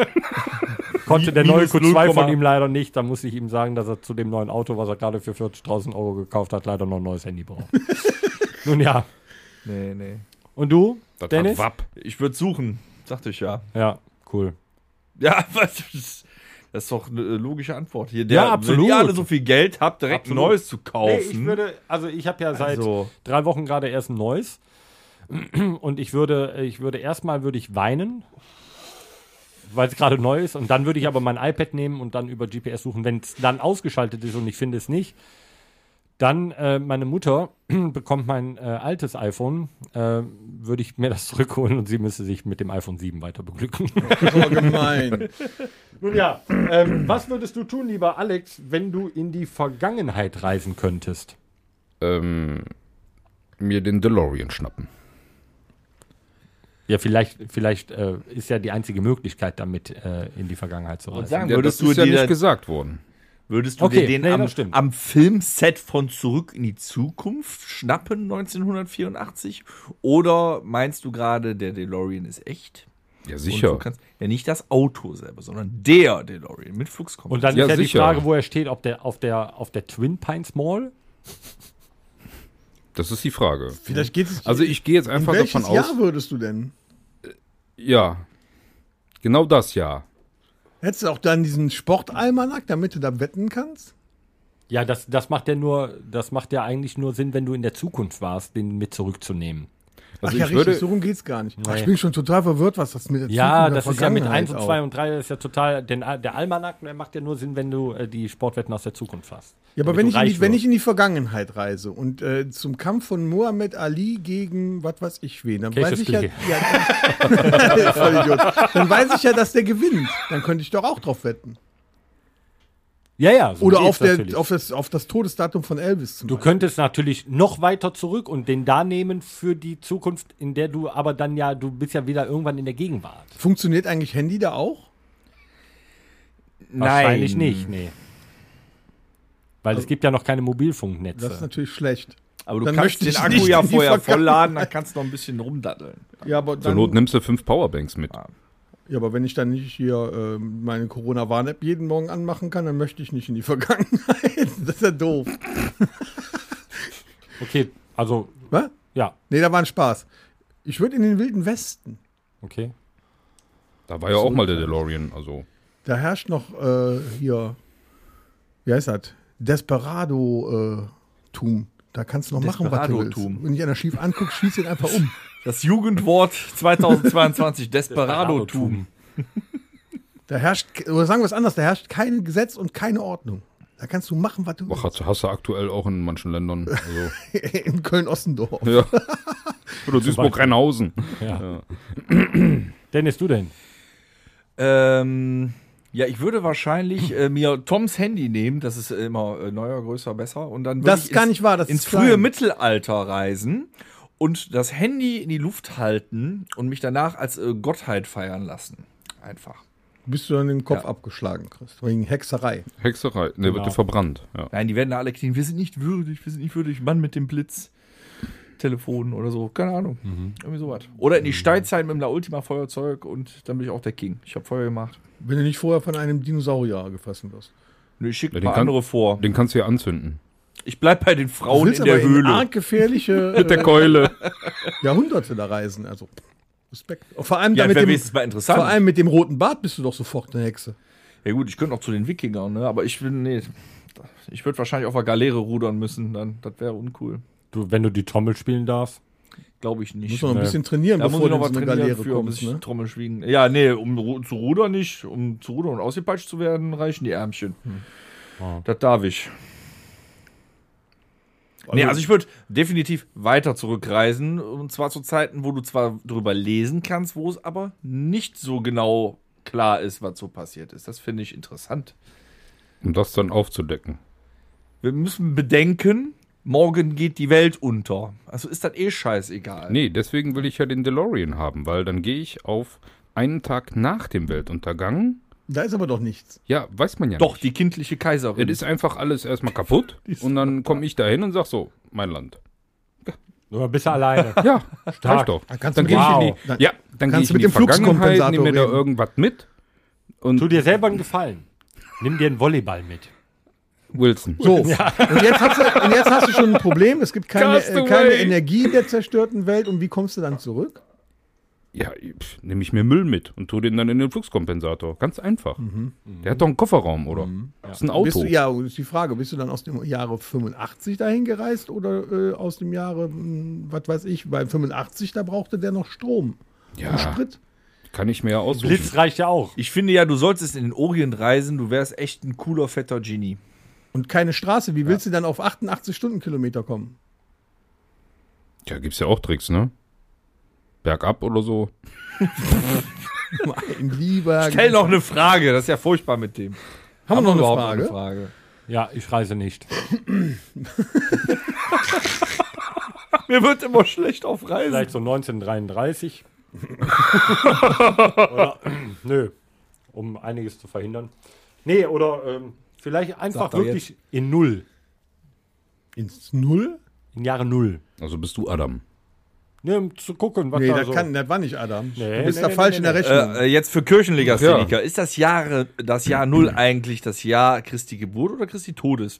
Speaker 3: konnte der neue
Speaker 4: Minus
Speaker 3: Q2 von
Speaker 4: 0,8.
Speaker 3: ihm leider nicht. Da muss ich ihm sagen, dass er zu dem neuen Auto, was er gerade für 40.000 Euro gekauft hat, leider noch ein neues Handy braucht. Nun ja.
Speaker 4: Nee, nee.
Speaker 3: Und du,
Speaker 5: Das
Speaker 3: Dennis?
Speaker 5: war Wapp.
Speaker 4: Ich würde suchen, dachte ich ja.
Speaker 3: Ja, cool.
Speaker 4: Ja, was ist- das ist doch eine äh, logische Antwort hier. Der,
Speaker 3: Ja, absolut.
Speaker 4: Wenn ihr alle so viel Geld habt, direkt
Speaker 3: Absolut.
Speaker 4: Neues zu kaufen.
Speaker 3: Nee, ich würde, also ich habe ja
Speaker 2: halt
Speaker 3: seit
Speaker 4: Also.
Speaker 3: drei Wochen gerade erst ein neues. Und ich würde, ich würde erstmal würde ich weinen, weil es gerade neu ist. Und dann würde ich aber mein iPad nehmen und dann über GPS suchen. Wenn es dann ausgeschaltet ist und ich finde es nicht, dann äh, meine Mutter bekommt mein äh, altes iPhone, äh, würde ich mir das zurückholen und sie müsste sich mit dem iPhone 7 weiter beglücken.
Speaker 2: Oh, gemein.
Speaker 3: Nun ja, ähm, was würdest du tun, lieber Alex, wenn du in die Vergangenheit reisen könntest?
Speaker 5: Ähm, mir den DeLorean schnappen.
Speaker 3: Ja, vielleicht, vielleicht äh, ist ja die einzige Möglichkeit, damit äh, in die Vergangenheit zu reisen.
Speaker 4: sagen,
Speaker 5: Ja,
Speaker 4: würdest,
Speaker 5: das ist
Speaker 4: du
Speaker 5: ja
Speaker 4: dir,
Speaker 5: nicht gesagt worden.
Speaker 4: würdest du
Speaker 3: Okay,
Speaker 4: dir den
Speaker 3: nee,
Speaker 4: am,
Speaker 3: das stimmt.
Speaker 4: am Filmset von Zurück in die Zukunft schnappen 1984? Oder meinst du gerade, der DeLorean ist echt?
Speaker 5: Ja,
Speaker 4: Und
Speaker 5: sicher.
Speaker 4: du kannst, ja, nicht das Auto selber, sondern der DeLorean mit Flugskompetenz.
Speaker 3: Und dann
Speaker 5: Ja,
Speaker 3: ist ja die
Speaker 5: sicher.
Speaker 3: Frage, wo er steht, ob der auf der auf der Twin Pines Mall.
Speaker 5: Das ist die Frage.
Speaker 2: Vielleicht geht es.
Speaker 5: Also ich gehe jetzt
Speaker 2: in
Speaker 5: einfach davon
Speaker 2: welches
Speaker 5: aus.
Speaker 2: Jahr würdest du denn?
Speaker 5: Ja. Genau das Jahr.
Speaker 2: Hättest du auch dann diesen Sportalmanack, damit du da wetten kannst?
Speaker 3: Ja, das, das macht ja nur, das macht ja eigentlich nur Sinn, wenn du in der Zukunft warst, den mit zurückzunehmen.
Speaker 5: Also
Speaker 2: Ach ja,
Speaker 5: ich
Speaker 2: richtig,
Speaker 5: würde,
Speaker 2: so rum geht's gar nicht. Ach, ich
Speaker 3: Nee.
Speaker 2: bin schon total verwirrt, was das mit der
Speaker 3: Ja,
Speaker 2: Zukunft
Speaker 3: das
Speaker 2: der
Speaker 3: ist ja mit 1 und
Speaker 2: Vergangenheit
Speaker 3: 2
Speaker 2: auch.
Speaker 3: und 3 ist ja total, denn äh, der Almanack der macht ja nur Sinn, wenn du äh, die Sportwetten aus der Zukunft hast.
Speaker 2: Ja, aber
Speaker 3: Damit
Speaker 2: wenn
Speaker 3: du
Speaker 2: ich, in
Speaker 3: reich
Speaker 2: die, wenn
Speaker 3: wirst.
Speaker 2: ich in die Vergangenheit reise und äh, zum Kampf von Muhammad Ali gegen was weiß ich wen, dann
Speaker 3: Cassius
Speaker 2: weiß ich ja,
Speaker 3: Clay.
Speaker 2: ja Vollidiot. dann weiß ich ja, dass der gewinnt. Dann könnte ich doch auch drauf wetten.
Speaker 3: ja, ja, so
Speaker 2: Oder
Speaker 3: geht's
Speaker 2: auf, der,
Speaker 3: natürlich.
Speaker 2: auf, das, auf das Todesdatum von Elvis zum
Speaker 3: Du könntest natürlich noch weiter zurück und den da nehmen für die Zukunft, in der du aber dann ja, du bist ja wieder irgendwann in der Gegenwart.
Speaker 2: Funktioniert eigentlich Handy da auch?
Speaker 3: Wahrscheinlich nicht, nee. Weil
Speaker 4: Also
Speaker 3: es gibt ja noch keine
Speaker 2: Das ist
Speaker 3: Mobilfunknetze.
Speaker 2: natürlich schlecht.
Speaker 4: Aber du
Speaker 2: Dann
Speaker 4: kannst
Speaker 2: möchte
Speaker 4: den
Speaker 2: ich
Speaker 4: Akku
Speaker 2: nicht
Speaker 4: ja
Speaker 2: in die
Speaker 4: vorher
Speaker 2: Vergangenheit.
Speaker 4: vollladen, dann kannst du noch ein bisschen rumdaddeln.
Speaker 2: Ja, aber
Speaker 5: zur
Speaker 2: dann,
Speaker 5: Not nimmst du fünf Powerbanks mit.
Speaker 2: ja, aber wenn ich dann nicht hier ähm, meine Corona-Warn-App jeden Morgen anmachen kann, dann möchte ich nicht in die Vergangenheit. Das ist ja doof.
Speaker 3: Okay, also,
Speaker 2: Was?
Speaker 3: ja,
Speaker 2: Nee, da war ein Spaß. Ich würde in den Wilden Westen.
Speaker 3: okay.
Speaker 5: Da war ja auch mal der DeLorean. Also
Speaker 2: Da herrscht noch äh, hier, wie heißt das? Desperado-Tum. Da kannst du noch machen, was du willst.
Speaker 4: Desperado-Tum.
Speaker 2: Wenn dich einer schief anguckt, schieß ihn einfach um.
Speaker 4: Das Jugendwort 2022, Desperadotum.
Speaker 2: Da herrscht, ke- oder sagen wir es anders, da herrscht kein Gesetz und keine Ordnung. Da kannst du machen, was du
Speaker 5: Ach, hast, hast du aktuell auch in manchen Ländern. Also,
Speaker 2: willst. In Köln-Ossendorf.
Speaker 5: ja. Oder Duisburg-Rheinhausen.
Speaker 3: Ja. Dennis, du denn?
Speaker 4: Ähm, ja, ich würde wahrscheinlich äh, mir Toms Handy nehmen, das ist immer äh, neuer, größer, besser. Und dann würde
Speaker 2: Das
Speaker 4: ich
Speaker 2: kann ich wahr, das
Speaker 4: ins
Speaker 2: ist klein.
Speaker 4: frühe Mittelalter reisen und das Handy in die Luft halten und mich danach als äh, Gottheit feiern lassen. Einfach.
Speaker 2: Bist du dann den Kopf abgeschlagen, Chris. Wegen Hexerei.
Speaker 5: Hexerei. Ne, wird dir verbrannt. Ja.
Speaker 4: Nein, die werden da alle knien. Wir sind nicht würdig, wir sind nicht würdig. Mann mit dem Blitz. Telefon oder so, keine Ahnung. Irgendwie sowas. Oder in die Steilzeit mit dem La Ultima Feuerzeug und dann bin ich auch der King. Ich habe Feuer gemacht.
Speaker 2: Wenn du nicht vorher von einem Dinosaurier gefasst wirst.
Speaker 4: Nö, ich schicke
Speaker 5: Ja,
Speaker 4: ein
Speaker 5: den
Speaker 4: paar
Speaker 5: kann-
Speaker 4: andere vor.
Speaker 5: Den kannst du ja anzünden.
Speaker 4: Ich bleib bei den
Speaker 2: Du
Speaker 4: Frauen
Speaker 2: willst
Speaker 4: in der
Speaker 2: aber in
Speaker 4: Höhle.
Speaker 2: arg gefährliche
Speaker 5: Mit der
Speaker 2: äh,
Speaker 5: Keule.
Speaker 2: Jahrhunderte da reisen. Also Respekt. Vor allem,
Speaker 4: Ja,
Speaker 2: damit
Speaker 4: wäre
Speaker 2: dem,
Speaker 4: wenigstens mal interessant.
Speaker 2: vor allem mit dem roten Bart bist du doch sofort eine Hexe.
Speaker 4: ja gut, ich könnte auch zu den Wikingern, ne? aber ich bin, nee, ich würde wahrscheinlich auf der Galeere rudern müssen, dann, das wäre uncool.
Speaker 3: Du, wenn du die Trommel spielen darfst.
Speaker 4: Glaube ich nicht.
Speaker 2: Muss man noch ein bisschen trainieren,
Speaker 4: da muss
Speaker 2: bevor
Speaker 4: ich
Speaker 2: du
Speaker 4: noch
Speaker 2: in
Speaker 4: was
Speaker 2: so eine
Speaker 4: trainieren
Speaker 2: Galeere
Speaker 4: für,
Speaker 2: kommst.
Speaker 4: bis ich
Speaker 2: Ne?
Speaker 4: Trommel schwingen. Ja, nee, um ru- zu rudern nicht, um zu rudern und ausgepeitscht zu werden, reichen die Ärmchen.
Speaker 2: Hm.
Speaker 4: Das darf ich. nee, also ich würde definitiv weiter zurückreisen und zwar zu Zeiten, wo du zwar drüber lesen kannst, wo es aber nicht so genau klar ist, was so passiert ist. Das finde ich interessant.
Speaker 5: Um das dann aufzudecken.
Speaker 4: Wir müssen bedenken, morgen geht die Welt unter. Also ist das eh scheißegal.
Speaker 5: Nee, deswegen will ich ja den DeLorean haben, weil dann gehe ich auf einen Tag nach dem Weltuntergang.
Speaker 2: Da ist aber doch nichts.
Speaker 5: Ja, weiß man ja
Speaker 4: Doch,
Speaker 5: nicht.
Speaker 4: die kindliche Kaiserin.
Speaker 5: Es ist einfach alles erstmal kaputt und dann komme ich da hin und sag so, mein Land.
Speaker 3: Oder bist du alleine?
Speaker 5: Ja, stark doch.
Speaker 2: Dann kannst
Speaker 5: Dann
Speaker 2: du
Speaker 5: gehe
Speaker 2: mit-
Speaker 3: Wow.
Speaker 5: ich in die, ja, dann gehe
Speaker 2: kannst
Speaker 5: ich
Speaker 2: du mit
Speaker 5: in die
Speaker 2: dem
Speaker 5: Vergangenheit,
Speaker 2: Fluxkompensator
Speaker 5: nehme mir da
Speaker 2: reden.
Speaker 5: irgendwas mit
Speaker 3: Tu
Speaker 5: Und
Speaker 3: dir selber einen Gefallen. Nimm dir einen Volleyball mit.
Speaker 5: Wilson.
Speaker 2: So, und, jetzt hast du, und jetzt hast du schon ein Problem. Es gibt keine, äh,
Speaker 5: Castaway.
Speaker 2: keine Energie der zerstörten Welt. Und wie kommst du dann zurück?
Speaker 5: Ja, pf, nehme ich mir Müll mit und tue den dann in den Fluxkompensator. Ganz einfach. Der hat doch einen Kofferraum, oder? Das ist ein
Speaker 2: Bist
Speaker 5: Auto.
Speaker 2: du, Mhm. ja, ist die Frage, bist du dann aus dem Jahre 85 dahin gereist oder äh, aus dem Jahre, mh, was weiß ich, bei 85, da brauchte der noch Strom.
Speaker 5: Ja,
Speaker 2: Und Sprit.
Speaker 5: kann ich mir ja aussuchen.
Speaker 3: Blitz reicht ja auch.
Speaker 4: Ich finde ja, du solltest in den Orient reisen, du wärst echt ein cooler, fetter Genie.
Speaker 2: Und keine Straße. Wie willst du dann auf 88 Stundenkilometer kommen?
Speaker 5: Ja, gibt's ja auch Tricks, ne? Bergab oder so.
Speaker 2: Mein lieber.
Speaker 4: Stell noch eine Frage, das ist ja furchtbar mit dem.
Speaker 2: Haben wir noch eine
Speaker 4: überhaupt
Speaker 2: Frage?
Speaker 4: Frage?
Speaker 3: Ja, ich reise nicht.
Speaker 4: Mir wird immer schlecht auf Reisen.
Speaker 3: Vielleicht so 1933. oder, nö, um einiges zu verhindern. Nee, oder ähm, vielleicht einfach
Speaker 4: doch
Speaker 3: wirklich in Null.
Speaker 2: Ins Null?
Speaker 3: In Jahre Null.
Speaker 5: Also bist du Adam.
Speaker 3: Ne, um zu gucken, was
Speaker 2: Nee,
Speaker 3: da
Speaker 2: das,
Speaker 3: so...
Speaker 2: kann, das war nicht Adam.
Speaker 3: Nee,
Speaker 2: du bist
Speaker 3: nee,
Speaker 2: da
Speaker 3: nee,
Speaker 2: falsch
Speaker 3: nee,
Speaker 2: in der
Speaker 3: nee.
Speaker 2: Rechnung.
Speaker 4: Äh, äh, jetzt für Kirchenlegastheniker.
Speaker 5: Ja.
Speaker 4: Ist das Jahre, das Jahr Null eigentlich das Jahr Christi Geburt oder Christi Todes?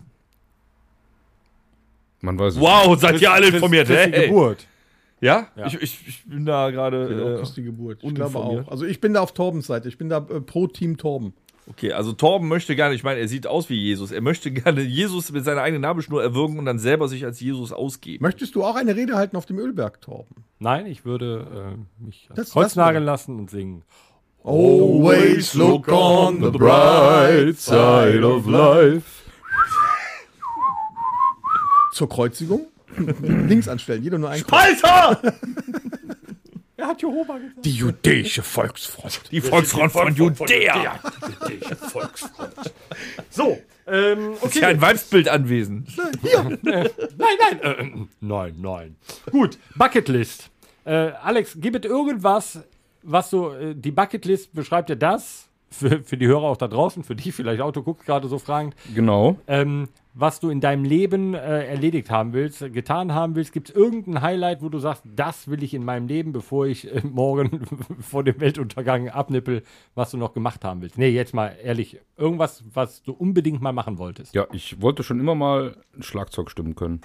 Speaker 5: Man weiß es
Speaker 4: Wow, seid ihr alle
Speaker 3: Christ-
Speaker 4: informiert,
Speaker 3: Christi
Speaker 4: hey?
Speaker 3: Geburt.
Speaker 4: Ja?
Speaker 3: Ja.
Speaker 4: Ich, ich, ich bin da
Speaker 2: Äh,
Speaker 4: gerade.
Speaker 2: ist die Geburt. Ich
Speaker 4: uninformiert.
Speaker 2: glaube auch. Also ich bin da auf Torbens Seite. Ich bin da äh, pro Team Torben.
Speaker 4: Äh, okay, also Torben möchte gerne, ich meine, er sieht aus wie Jesus. Er möchte gerne Jesus mit seiner eigenen Nabelschnur erwürgen und dann selber sich als Jesus ausgeben.
Speaker 2: Möchtest du auch eine Rede halten auf dem Ölberg, Torben?
Speaker 3: Nein, ich würde äh, mich
Speaker 2: Das-
Speaker 3: ans
Speaker 2: das
Speaker 3: Kreuz nageln
Speaker 2: wäre-
Speaker 3: lassen und singen.
Speaker 2: Always look on the bright side of life. Zur Kreuzigung? Links anstellen, jeder nur ein Kreuz.
Speaker 4: Alter!
Speaker 3: Er hat Jehova gesagt.
Speaker 2: Die jüdische Volksfront.
Speaker 4: Die Volksfront von Judäa!
Speaker 3: So, ähm,
Speaker 4: Ist ja
Speaker 3: okay.
Speaker 4: ein Weibsbild anwesend.
Speaker 3: Nein, nein. Äh, äh, nein, nein. Gut, Bucketlist. Äh, Alex, gib bitte irgendwas, was so, äh, die Bucketlist beschreibt ja das, für, für die Hörer auch da draußen, für die vielleicht auch, du guckst gerade so fragend,
Speaker 5: nicht. Genau.
Speaker 3: ähm, was du in deinem Leben äh, erledigt haben willst, äh, getan haben willst. Gibt es irgendein Highlight, wo du sagst, das will ich in meinem Leben, bevor ich äh, morgen vor dem Weltuntergang abnippel, was du noch gemacht haben willst? Nee, jetzt mal ehrlich, irgendwas, was du unbedingt mal machen wolltest.
Speaker 5: Ja, ich wollte schon immer mal ein Schlagzeug stimmen können.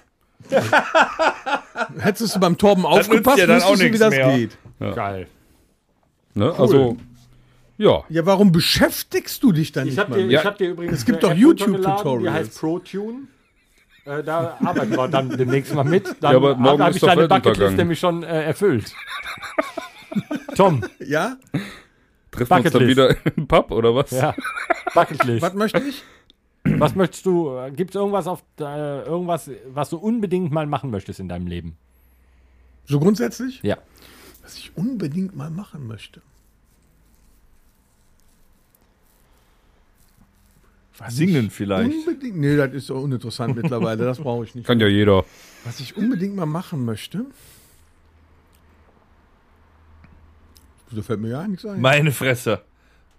Speaker 2: Hättest du beim Torben
Speaker 4: nützt
Speaker 2: aufgepasst,
Speaker 4: dir dann auch
Speaker 2: wüsstest du, wie
Speaker 4: nichts
Speaker 2: das
Speaker 4: mehr.
Speaker 2: geht.
Speaker 3: Geil.
Speaker 5: Ne? Also, ja.
Speaker 2: Ja, warum beschäftigst du dich dann
Speaker 3: Ich
Speaker 2: nicht
Speaker 3: habe
Speaker 2: mal
Speaker 3: dir,
Speaker 2: mit?
Speaker 5: Ja.
Speaker 3: ich hab dir übrigens.
Speaker 2: Es gibt
Speaker 3: eine
Speaker 2: doch
Speaker 3: App
Speaker 2: YouTube-Tutorials.
Speaker 3: runtergeladen, Die heißt ProTune. Äh, da arbeiten wir dann demnächst mal mit. Dann
Speaker 5: Ja, aber morgen
Speaker 3: hab
Speaker 5: ist
Speaker 3: ich
Speaker 5: doch
Speaker 3: deine
Speaker 5: Weltuntergang.
Speaker 3: Bucketlist nämlich schon äh, erfüllt. Tom,
Speaker 2: Ja?
Speaker 5: Treffen wir uns dann
Speaker 3: Bucketlist.
Speaker 5: wieder im Pub oder was?
Speaker 3: ja. Bucketlist.
Speaker 2: Was möchte ich?
Speaker 3: Was möchtest du? Gibt es irgendwas, auf, äh, irgendwas, was du unbedingt mal machen möchtest in deinem Leben?
Speaker 2: So grundsätzlich?
Speaker 3: Ja.
Speaker 2: Was ich unbedingt mal machen möchte.
Speaker 4: Singen vielleicht.
Speaker 2: Unbedingt. Nee, das ist so uninteressant mittlerweile. Das brauche ich nicht.
Speaker 5: Kann ja jeder.
Speaker 2: Was ich unbedingt mal machen möchte. Da fällt mir ja nichts ein.
Speaker 4: Meine Fresse.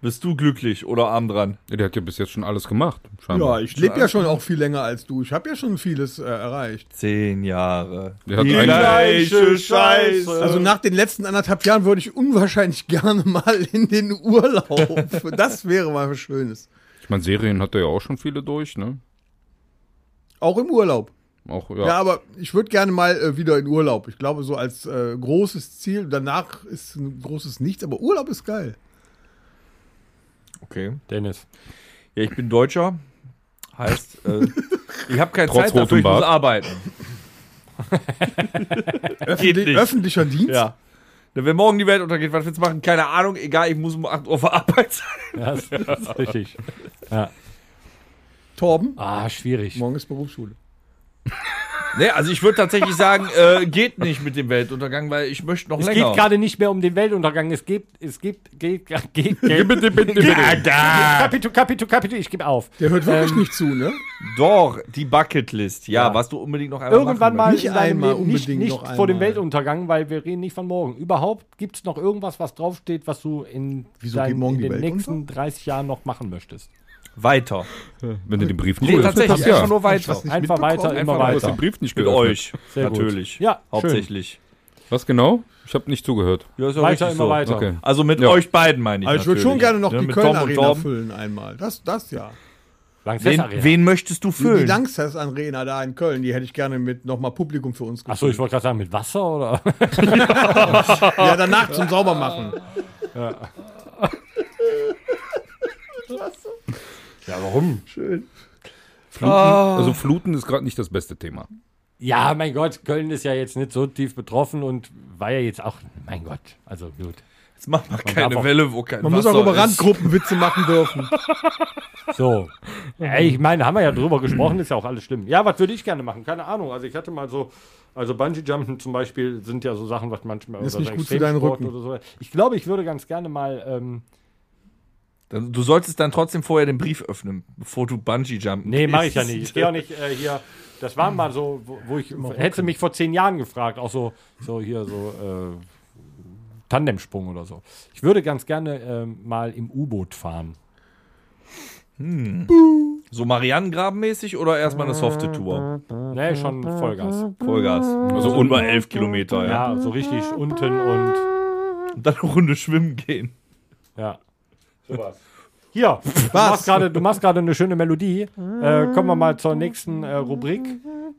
Speaker 4: Bist du glücklich oder arm dran?
Speaker 5: Ja, Der hat ja bis jetzt schon alles gemacht.
Speaker 2: ja,
Speaker 5: Scheinbar.
Speaker 2: ich lebe ja schon auch viel länger als du. Ich habe ja schon vieles äh, erreicht.
Speaker 4: Zehn Jahre.
Speaker 5: Der hat
Speaker 4: Die
Speaker 5: einen-
Speaker 4: gleiche Scheiße.
Speaker 2: Also nach den letzten anderthalb Jahren würde ich unwahrscheinlich gerne mal in den Urlaub. Das wäre mal was Schönes.
Speaker 5: ich meine, Serien hat er ja auch schon viele durch, ne?
Speaker 2: Auch im Urlaub.
Speaker 5: Auch,
Speaker 2: Ja,
Speaker 5: ja.
Speaker 2: aber ich würde gerne mal äh, wieder in Urlaub. Ich glaube, so als äh, großes Ziel. Danach ist ein großes Nichts, aber Urlaub ist geil.
Speaker 4: Okay.
Speaker 3: Dennis.
Speaker 4: Ja, ich bin Deutscher. Heißt, äh, ich habe keine
Speaker 5: Trotz
Speaker 4: Zeit dafür,
Speaker 5: rotem
Speaker 4: ich muss
Speaker 5: Bart.
Speaker 4: arbeiten. Geht nicht.
Speaker 2: Öffentlicher Dienst?
Speaker 4: ja. Na, Wenn morgen die Welt untergeht, was willst du machen? Keine Ahnung, egal, ich muss um 8 Uhr auf Arbeit sein.
Speaker 3: Ja, das ist richtig. Ja.
Speaker 2: Torben?
Speaker 3: Ah, schwierig.
Speaker 2: Morgen ist Berufsschule.
Speaker 4: Nee, also ich würde tatsächlich sagen, äh, geht nicht mit dem Weltuntergang, weil ich möchte noch
Speaker 3: Es
Speaker 4: länger.
Speaker 3: geht gerade nicht mehr um den Weltuntergang. Es gibt, es gibt, geht, geht, geht. Bitte, bitte, bitte. Kapitu, Kapitu, Kapitu, ich gebe auf.
Speaker 2: Der hört
Speaker 4: Ähm.
Speaker 2: wirklich nicht zu, ne?
Speaker 4: Doch, die Bucketlist. Ja, was du unbedingt noch einmal
Speaker 3: Irgendwann mal
Speaker 4: machen
Speaker 2: Nicht
Speaker 3: in deinem
Speaker 2: einmal,
Speaker 3: Leben, nicht,
Speaker 2: unbedingt
Speaker 3: nicht
Speaker 2: noch
Speaker 3: vor dem
Speaker 2: einmal.
Speaker 3: Weltuntergang, weil wir reden nicht von morgen. Überhaupt gibt es noch irgendwas, was draufsteht, was du in,
Speaker 2: Wieso geht morgen
Speaker 3: in
Speaker 2: die
Speaker 3: den
Speaker 2: Welt
Speaker 3: nächsten 30 Jahren noch machen möchtest.
Speaker 4: möchtest. Weiter.
Speaker 5: Wenn du den Brief nicht
Speaker 4: Nee,
Speaker 5: geöffnet
Speaker 4: tatsächlich
Speaker 5: hast, ja.
Speaker 4: einfach nur weiter.
Speaker 2: Nicht
Speaker 3: Einfach
Speaker 2: mitbekommen?
Speaker 3: weiter, immer
Speaker 5: Du hast
Speaker 3: weiter.
Speaker 5: den Brief nicht
Speaker 4: Mit
Speaker 5: geöffnet.
Speaker 4: euch,
Speaker 3: Sehr gut.
Speaker 4: natürlich.
Speaker 3: Ja, schön.
Speaker 4: hauptsächlich.
Speaker 5: Was genau? Ich habe nicht zugehört.
Speaker 4: Ja, ist ja
Speaker 3: Weiter,
Speaker 4: richtig
Speaker 3: immer weiter.
Speaker 5: Okay.
Speaker 4: Also mit
Speaker 5: Ja.
Speaker 4: euch beiden meine ich.
Speaker 2: Aber ich würde schon
Speaker 4: natürlich.
Speaker 2: gerne noch
Speaker 4: Ja,
Speaker 2: die
Speaker 4: mit Tom und
Speaker 2: Köln-Arena
Speaker 4: Torben.
Speaker 2: füllen einmal. Das, das ja.
Speaker 3: Langsess
Speaker 4: Wen,
Speaker 3: Arena.
Speaker 4: wen möchtest du
Speaker 2: Die, die
Speaker 4: füllen?
Speaker 2: Langsess-Arena da in Köln, die hätte ich gerne mit nochmal Publikum für uns
Speaker 3: Achso, ich wollte gerade sagen, mit Wasser oder?
Speaker 2: Ja, danach zum Saubermachen.
Speaker 3: Ja, warum?
Speaker 5: Fluten, Also Fluten ist gerade nicht das beste Thema.
Speaker 3: Ja, mein Gott, Köln ist ja jetzt nicht so tief betroffen und war ja jetzt auch, mein Gott, also gut.
Speaker 4: Jetzt mach mal
Speaker 3: darf auch-
Speaker 4: keine Welle, wo kein
Speaker 2: Man muss
Speaker 4: Wasser
Speaker 2: auch über
Speaker 4: ist.
Speaker 2: Randgruppen Witze machen dürfen.
Speaker 3: So. Ey,
Speaker 2: Mhm.
Speaker 3: ich meine, haben wir ja drüber gesprochen, ist ja auch alles schlimm. Ja, was würde ich gerne machen? Keine Ahnung. Also ich hatte mal so, also Bungee Jumpen zum Beispiel sind ja so Sachen, was manchmal
Speaker 2: Ist
Speaker 3: oder so
Speaker 2: nicht gut für deinen
Speaker 3: Extremsport
Speaker 2: Rücken.
Speaker 3: Oder so. Ich glaube, ich würde ganz gerne mal ähm,
Speaker 4: Dann, du solltest dann trotzdem vorher den Brief öffnen, bevor du Bungee jumpen
Speaker 3: Nee, mache ich ja
Speaker 4: gehst.
Speaker 3: nicht. Ich gehe auch nicht äh, hier. Das war mal so, wo, wo ich hätte mich vor zehn Jahren gefragt, auch so, so hier so äh, Tandemsprung oder so. Ich würde ganz gerne ähm, mal im U-Boot fahren.
Speaker 4: So Marianengraben-mäßig oder erstmal eine softe Tour?
Speaker 3: Nee, Ne, schon Vollgas.
Speaker 4: Vollgas. Also unter 11 Kilometer, ja.
Speaker 3: Ja, so richtig unten und
Speaker 4: Und dann eine Runde schwimmen gehen.
Speaker 3: ja. Sowas. Hier, du machst gerade- du machst gerade eine schöne Melodie. Äh, kommen wir mal zur nächsten äh, Rubrik.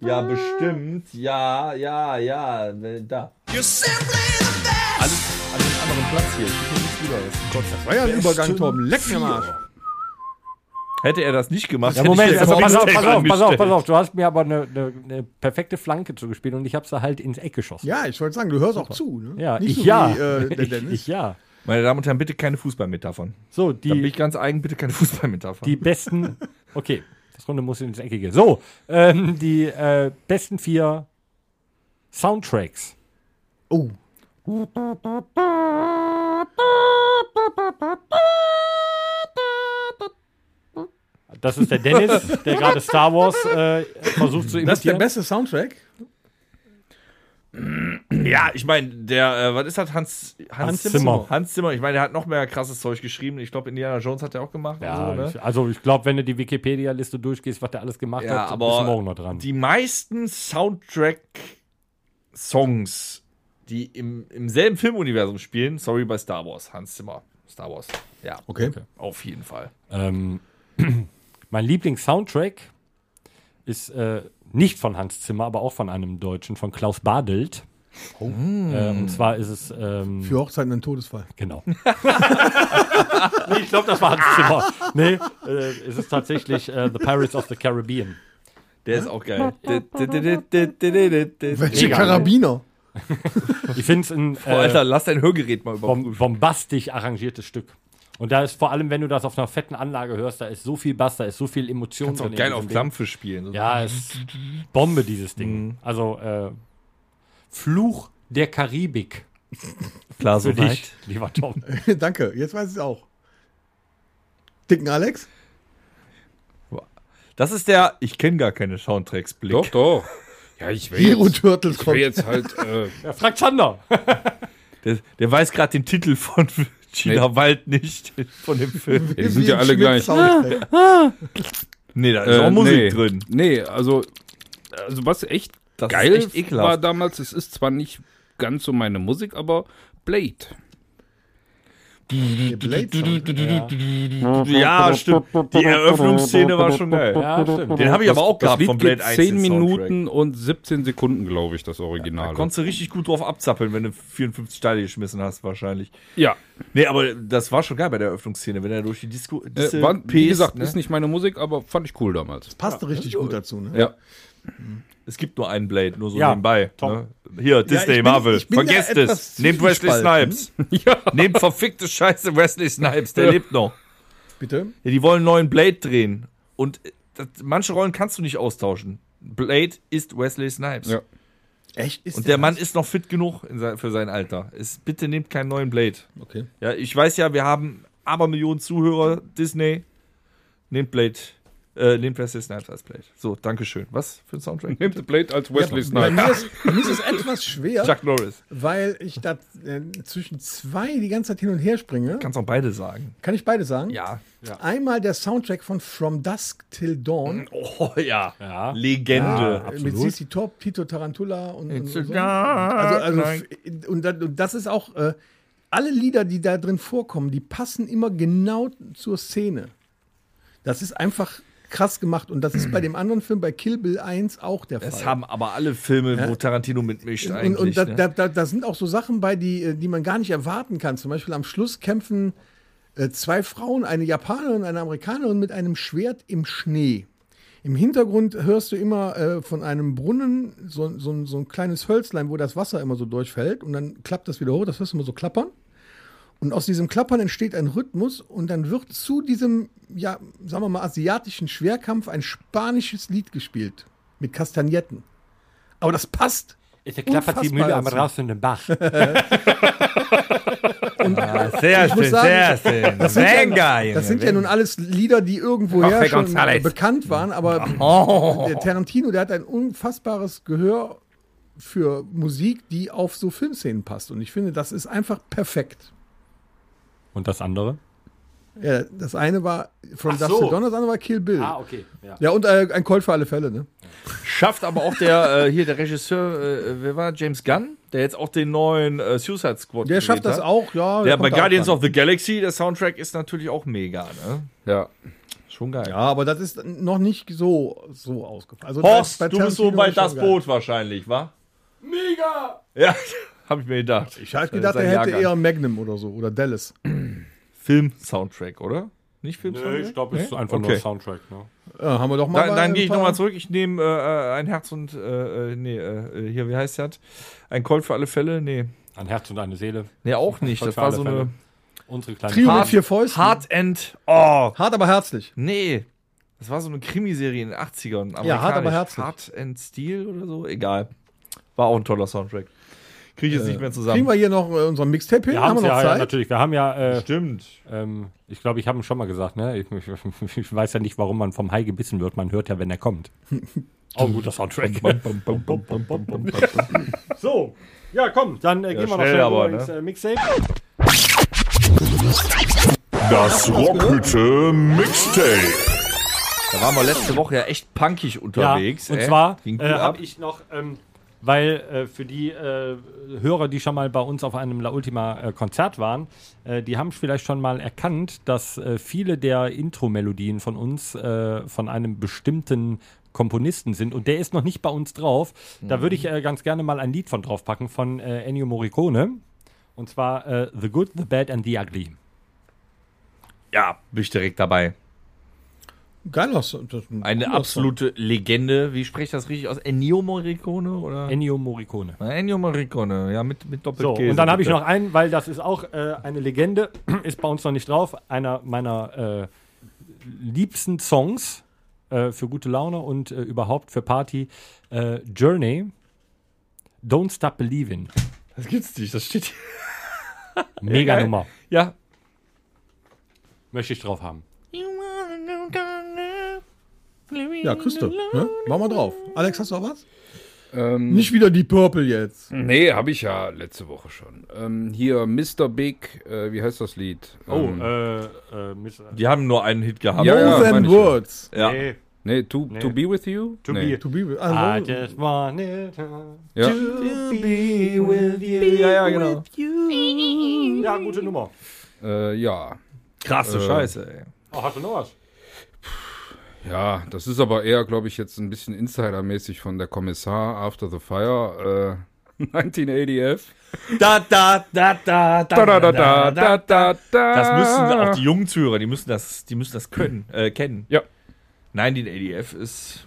Speaker 4: Ja, bestimmt. Ja, ja, ja. Da. Alles an einem anderen Platz hier. Ich will hier nichts Wiederes.
Speaker 2: War ja ein Übergang, Torben. Leck mir mal.
Speaker 4: Hätte er das nicht gemacht,
Speaker 3: Ja,
Speaker 4: hätte
Speaker 3: Moment,
Speaker 4: ich
Speaker 3: also, pass, auf,
Speaker 4: Mixtape
Speaker 3: pass, auf, pass auf, pass
Speaker 4: angestellt.
Speaker 3: auf. Du hast mir aber eine, eine, eine perfekte Flanke zugespielt und ich habe sie halt ins Eck geschossen.
Speaker 2: Ja, ich wollte sagen, du hörst auch zu. Ne?
Speaker 3: Ja,
Speaker 2: Nicht
Speaker 3: ich
Speaker 2: so
Speaker 3: ja.
Speaker 2: Wie, äh, der
Speaker 3: ich,
Speaker 2: Dennis.
Speaker 3: ich ja.
Speaker 4: Meine Damen und Herren, bitte keine Fußballmetaphern.
Speaker 3: So,
Speaker 4: Da bin
Speaker 3: die,
Speaker 4: ich ganz eigen, bitte keine Fußballmetaphern.
Speaker 3: die besten. Okay, das Runde muss ins Eckige. So, ähm, die äh, besten vier Soundtracks.
Speaker 2: Oh.
Speaker 3: Das ist der Dennis, der gerade Star Wars äh, versucht zu imitieren.
Speaker 2: Das ist der beste Soundtrack.
Speaker 4: Ja, ich meine, der, äh, was ist das? Hans,
Speaker 3: Hans
Speaker 4: Hans,
Speaker 3: Zimmer.
Speaker 4: Hans Zimmer, ich meine, der hat noch mehr krasses Zeug geschrieben. Ich glaube, Indiana Jones hat er auch gemacht. und
Speaker 3: Ja,
Speaker 4: so, ne?
Speaker 3: ich, also ich glaube, wenn du die Wikipedia-Liste durchgehst, was der alles gemacht
Speaker 4: ja
Speaker 3: hat, bist
Speaker 4: aber
Speaker 3: du morgen noch dran.
Speaker 4: die meisten Soundtrack-Songs, die im, im selben Filmuniversum spielen, sorry, bei Star Wars, Hans Zimmer. Star Wars. Ja,
Speaker 2: Okay.
Speaker 4: auf jeden Fall.
Speaker 3: Ähm, mein Lieblings-Soundtrack ist äh, nicht von Hans Zimmer, aber auch von einem Deutschen, von Klaus Badelt. Äh, und zwar ist es. Ähm,
Speaker 2: Für Hochzeiten ein Todesfall.
Speaker 3: genau. nee, ich glaube, das war Hans Zimmer. Nee, äh, es ist tatsächlich äh, The Pirates of the Caribbean.
Speaker 4: Der ist auch geil.
Speaker 2: Welche Karabiner?
Speaker 3: Ich finde es ein
Speaker 4: Boah, Alter,
Speaker 3: äh,
Speaker 4: lass dein Hörgerät mal überprüfen.
Speaker 3: bom bombastisch arrangiertes Stück. Und da ist vor allem, wenn du das auf einer fetten Anlage hörst, da ist so viel Bass, da ist so viel Emotion
Speaker 4: Kannst auch
Speaker 3: in
Speaker 4: geil
Speaker 3: diesem
Speaker 4: auf
Speaker 3: Ding.
Speaker 4: Klampfe spielen.
Speaker 3: Ja, ist Bombe, dieses Ding.
Speaker 4: Mhm.
Speaker 3: Also, äh, Fluch der Karibik
Speaker 4: klar,
Speaker 3: für dich, lieber Tom.
Speaker 2: Danke, jetzt weiß ich es auch. Dicken Alex?
Speaker 4: Das ist der, ich kenne gar keine Soundtracks-Blick.
Speaker 5: Doch, doch. Ja, ich will
Speaker 2: Hero
Speaker 5: jetzt,
Speaker 2: Turtles
Speaker 5: ich will
Speaker 2: kommt.
Speaker 5: jetzt halt. Äh,
Speaker 3: Ja, frag Zander.
Speaker 4: Der, der weiß gerade den Titel von Gina Wald nicht, von dem Film.
Speaker 5: die sind ja alle gleich.
Speaker 2: Soundtrack.
Speaker 4: Nee, da ist
Speaker 5: Äh,
Speaker 4: auch Musik
Speaker 5: nee.
Speaker 4: drin.
Speaker 5: Nee, also, also was echt
Speaker 4: Das ist
Speaker 5: geil
Speaker 4: echt ekelhaft.
Speaker 5: war damals, es ist zwar nicht ganz so meine Musik, aber Blade.
Speaker 2: Der Blade Soundtrack.
Speaker 4: Ja, stimmt. Die Eröffnungsszene war schon geil.
Speaker 3: Ja, stimmt.
Speaker 4: Den habe ich aber auch
Speaker 5: Das
Speaker 4: gehabt
Speaker 5: Lied
Speaker 4: von
Speaker 5: geht
Speaker 4: Blade 1.
Speaker 5: 10
Speaker 4: den Soundtrack.
Speaker 5: Minuten und 17 Sekunden, glaube ich, das Original.
Speaker 4: Da konntest du richtig gut drauf abzappeln, wenn du 54 Steine geschmissen hast, wahrscheinlich.
Speaker 5: ja,
Speaker 4: Nee, aber das war schon geil bei der Eröffnungsszene, wenn er durch die Disco.
Speaker 5: äh,
Speaker 4: Disse-
Speaker 5: war, wie
Speaker 4: Pest,
Speaker 5: gesagt,
Speaker 4: ne?
Speaker 5: ist nicht meine Musik, aber fand ich cool damals.
Speaker 2: Passt richtig gut dazu, ne?
Speaker 5: Ja.
Speaker 4: Es gibt nur einen Blade, nur so
Speaker 3: Ja,
Speaker 4: nebenbei.
Speaker 3: top.
Speaker 4: Ne? Hier, Disney,
Speaker 2: bin-
Speaker 4: Marvel.
Speaker 2: ich bin da
Speaker 4: Vergesst
Speaker 2: etwas
Speaker 4: es. Nehmt Wesley
Speaker 2: zwiegespalten.
Speaker 4: Snipes. Nehmt verfickte Scheiße Wesley Snipes, der lebt noch.
Speaker 2: Bitte?
Speaker 4: Ja, die wollen einen neuen Blade drehen. Und äh, das, manche Rollen kannst du nicht austauschen. Blade ist Wesley Snipes.
Speaker 5: Ja.
Speaker 2: Echt? Ist
Speaker 4: Und der Mann
Speaker 2: das?
Speaker 4: ist noch fit genug in sein, für sein Alter. Es, bitte nehmt keinen neuen Blade.
Speaker 2: Okay.
Speaker 4: Ja, ich weiß ja, wir haben aber Millionen Zuhörer, Disney. Nehmt Blade Äh, nehmt Wesley Snipes als Blade. So, Dankeschön. Was für ein Soundtrack?
Speaker 5: Nimmt The Blade als Wesley
Speaker 2: Bei
Speaker 5: Snipes.
Speaker 2: mir, ist, bei mir ist es etwas schwer,
Speaker 4: Chuck Norris.
Speaker 2: weil ich da äh, zwischen zwei die ganze Zeit hin und her springe.
Speaker 4: Kannst auch beide sagen.
Speaker 2: Kann ich beide sagen?
Speaker 4: Ja.
Speaker 2: Einmal der Soundtrack von From Dusk Till Dawn äh,
Speaker 4: Oh ja.
Speaker 3: Ja.
Speaker 4: Legende.
Speaker 2: mit CC Top, Tito Tarantula und, und, und,
Speaker 4: It's a
Speaker 2: so.
Speaker 4: dark
Speaker 2: also, also,
Speaker 4: night.
Speaker 2: f- und, dann- und das ist auch äh, alle Lieder, die da drin vorkommen, die passen immer genau zur Szene. Das ist einfach krass gemacht und das ist bei dem anderen Film bei Kill Bill 1 auch der Fall.
Speaker 4: Mhm. Das haben aber alle Filme, wo Tarantino mitmischt
Speaker 2: Und,
Speaker 4: eigentlich.
Speaker 2: und da,
Speaker 4: ne?
Speaker 2: da, da, da sind auch so Sachen bei, die, äh, die man gar nicht erwarten kann. Zum Beispiel am Schluss kämpfen äh, zwei Frauen, eine Japanerin und eine Amerikanerin, mit einem Schwert im Schnee. Im Hintergrund hörst du immer äh, von einem Brunnen so, so, ein- so ein kleines Hölzlein, wo das Wasser immer so durchfällt und dann klappt das wieder hoch, das hörst du immer so klappern. Und aus diesem Klappern entsteht ein Rhythmus und dann wird zu diesem, ja, sagen wir mal, asiatischen Schwerkampf ein spanisches Lied gespielt mit Kastagnetten. Aber das passt.
Speaker 3: Es klappert die
Speaker 2: Unfassbar
Speaker 3: Mühle am
Speaker 2: dazu.
Speaker 3: rasselnden Bach.
Speaker 4: Sehr
Speaker 2: muss sagen,
Speaker 4: schön.
Speaker 2: Das sind, ja, das sind ja nun alles Lieder, die irgendwoher
Speaker 5: Jorge
Speaker 2: schon
Speaker 5: González.
Speaker 2: bekannt waren, aber
Speaker 4: Oh.
Speaker 2: der Tarantino, der hat ein unfassbares Gehör für Musik, die auf so Filmszenen passt. Und ich finde, das ist einfach perfekt.
Speaker 3: Und das andere?
Speaker 2: Ja, das eine war From
Speaker 3: Ach
Speaker 2: Dusk
Speaker 3: so.
Speaker 2: Till Dawn, das andere war Kill Bill.
Speaker 3: Ah, okay. Ja.
Speaker 2: Ja, und äh, ein Colt für alle Fälle, ne?
Speaker 4: Schafft aber auch der, äh, hier der Regisseur, äh, wer war James Gunn, der jetzt auch den neuen äh, Suicide Squad
Speaker 2: Der
Speaker 4: gedreht
Speaker 2: schafft das
Speaker 4: hat.
Speaker 2: auch, ja.
Speaker 4: Der
Speaker 2: kommt
Speaker 4: bei
Speaker 2: da
Speaker 4: Guardians
Speaker 2: auch
Speaker 4: of the Galaxy, der Soundtrack ist natürlich auch mega, ne?
Speaker 5: Ja.
Speaker 4: Schon geil.
Speaker 2: dran. Ja, aber das ist noch nicht so, so ausgefallen. Also
Speaker 4: Horst,
Speaker 2: bei- bei
Speaker 4: du bist so
Speaker 2: Tarantino
Speaker 4: bei
Speaker 2: ist schon
Speaker 4: das
Speaker 2: geil.
Speaker 4: Boot wahrscheinlich, wa?
Speaker 7: Mega!
Speaker 4: Ja, hab ich mir gedacht.
Speaker 2: Ich hätte
Speaker 4: Äh,
Speaker 2: gedacht, er hätte eher Magnum oder so, oder Dallas.
Speaker 4: Film-Soundtrack, oder? Nicht
Speaker 3: Nö,
Speaker 4: Film-Soundtrack?
Speaker 3: ich glaube, es ist einfach
Speaker 4: Okay.
Speaker 3: nur Soundtrack. Ne?
Speaker 2: Ja, Äh, haben wir doch mal.
Speaker 4: Dann,
Speaker 2: bei
Speaker 4: dann
Speaker 2: ein
Speaker 4: gehe ich
Speaker 2: paar-
Speaker 4: nochmal zurück. Ich nehme äh, ein Herz und, äh, äh, nee, äh, hier, wie heißt das? Ein Call für alle Fälle? Nee.
Speaker 3: Ein Herz und eine Seele.
Speaker 4: Nee, auch nicht.
Speaker 3: Call
Speaker 4: Das
Speaker 3: für
Speaker 4: war
Speaker 3: alle
Speaker 4: so
Speaker 3: Fälle.
Speaker 4: eine.
Speaker 3: Unsere kleine
Speaker 2: Trio mit
Speaker 4: Hart-
Speaker 2: vier Fäusten.
Speaker 4: Hard End. Oh,
Speaker 2: Hart, aber herzlich.
Speaker 4: nee. Das war so eine Krimiserie in den 80ern.
Speaker 2: Ja, hart, aber
Speaker 4: amerikanisch.
Speaker 2: herzlich.
Speaker 4: Hard End Steel oder so? Egal. War auch ein toller Soundtrack. Kriege ich jetzt nicht mehr
Speaker 2: Äh, Kriegen
Speaker 4: zusammen.
Speaker 2: wir hier noch äh, unseren Mixtape hin?
Speaker 3: Wir
Speaker 2: haben
Speaker 3: haben
Speaker 2: wir noch
Speaker 3: ja, ja,
Speaker 2: Zeit?
Speaker 3: natürlich. Wir haben ja, äh,
Speaker 4: Stimmt.
Speaker 3: ähm, ich glaube, ich habe ihn schon mal gesagt, ne? Ich, ich, ich weiß ja nicht, warum man vom Hai gebissen wird. Man hört ja, wenn er kommt. Auch ein guter Soundtrack. so, ja, komm, dann äh, gehen wir noch
Speaker 4: schnell
Speaker 3: schnell
Speaker 4: aber,
Speaker 3: aber, ins
Speaker 4: ne?
Speaker 3: äh, Mixtape.
Speaker 1: Das Rockhütte Mixtape.
Speaker 4: Da waren wir letzte Woche ja echt punkig unterwegs.
Speaker 3: Ja, und
Speaker 4: ey.
Speaker 3: zwar
Speaker 4: Ging gut
Speaker 3: äh,
Speaker 4: ab.
Speaker 3: habe ich noch, ähm, weil äh, für die äh, Hörer, die schon mal bei uns auf einem La Ultima äh, Konzert waren, äh, die haben vielleicht schon mal erkannt, dass äh, viele der Intro-Melodien von uns äh, von einem bestimmten Komponisten sind und der ist noch nicht bei uns drauf. Da würde
Speaker 4: Mhm.
Speaker 3: ich äh, ganz gerne mal ein Lied von draufpacken von äh, Ennio Morricone und zwar äh, The Good, The Bad and The Ugly.
Speaker 4: ja, bin ich direkt dabei.
Speaker 2: Geiler Song. Das ist ein
Speaker 4: Eine
Speaker 2: cooler
Speaker 4: absolute Legende. Wie spreche ich das richtig aus? Ennio Morricone oder?
Speaker 3: Ennio Morricone.
Speaker 4: Na, Ennio Morricone, ja, mit, mit
Speaker 3: So,
Speaker 4: Doppel-G.
Speaker 3: und dann habe ich noch einen, weil das ist auch äh, eine Legende, ist bei uns noch nicht drauf, einer meiner äh, liebsten Songs äh, für gute Laune und äh, überhaupt für Party, äh, Journey, Don't Stop Believing.
Speaker 4: Das gibt's nicht, das steht hier.
Speaker 3: Mega Nummer.
Speaker 4: Ja.
Speaker 3: Möchte ich drauf haben.
Speaker 2: Song. Ja, Christo. Ne? Mach mal drauf. Alex, hast du auch was?
Speaker 5: Ähm,
Speaker 2: Nicht wieder die Purple jetzt.
Speaker 5: nee, habe ich ja letzte Woche schon. Ähm, hier, Mr. Big, äh, wie heißt das Lied?
Speaker 3: Oh,
Speaker 5: ähm,
Speaker 3: äh, äh, Miss,
Speaker 4: Die haben nur einen Hit gehabt.
Speaker 5: Ja, ja.
Speaker 2: Both and
Speaker 5: meine ich ja.
Speaker 2: Words.
Speaker 4: Ja.
Speaker 3: nee,
Speaker 5: nee, to, to Be With You?
Speaker 3: to
Speaker 5: nee.
Speaker 3: be.
Speaker 2: To be with.
Speaker 4: Ah,
Speaker 3: I
Speaker 2: Also,
Speaker 3: just wanted to
Speaker 5: Ja.
Speaker 3: be with you.
Speaker 4: ja, ja, genau.
Speaker 3: Ja, gute Nummer.
Speaker 5: Äh, ja.
Speaker 4: Krasse
Speaker 5: Äh,
Speaker 4: Scheiße, ey.
Speaker 3: Oh, hast du noch was?
Speaker 5: Ja, das ist aber eher, glaube ich, jetzt ein bisschen insidermäßig von der Kommissar After the Fire. Äh, 1980F.
Speaker 4: Da, da, da, da, da, da, da, da,
Speaker 5: da, da.
Speaker 4: Das müssen auch die jungen Zuhörer, die müssen das, die müssen das können, äh, kennen.
Speaker 5: Ja.
Speaker 4: Nein, den ADF ist.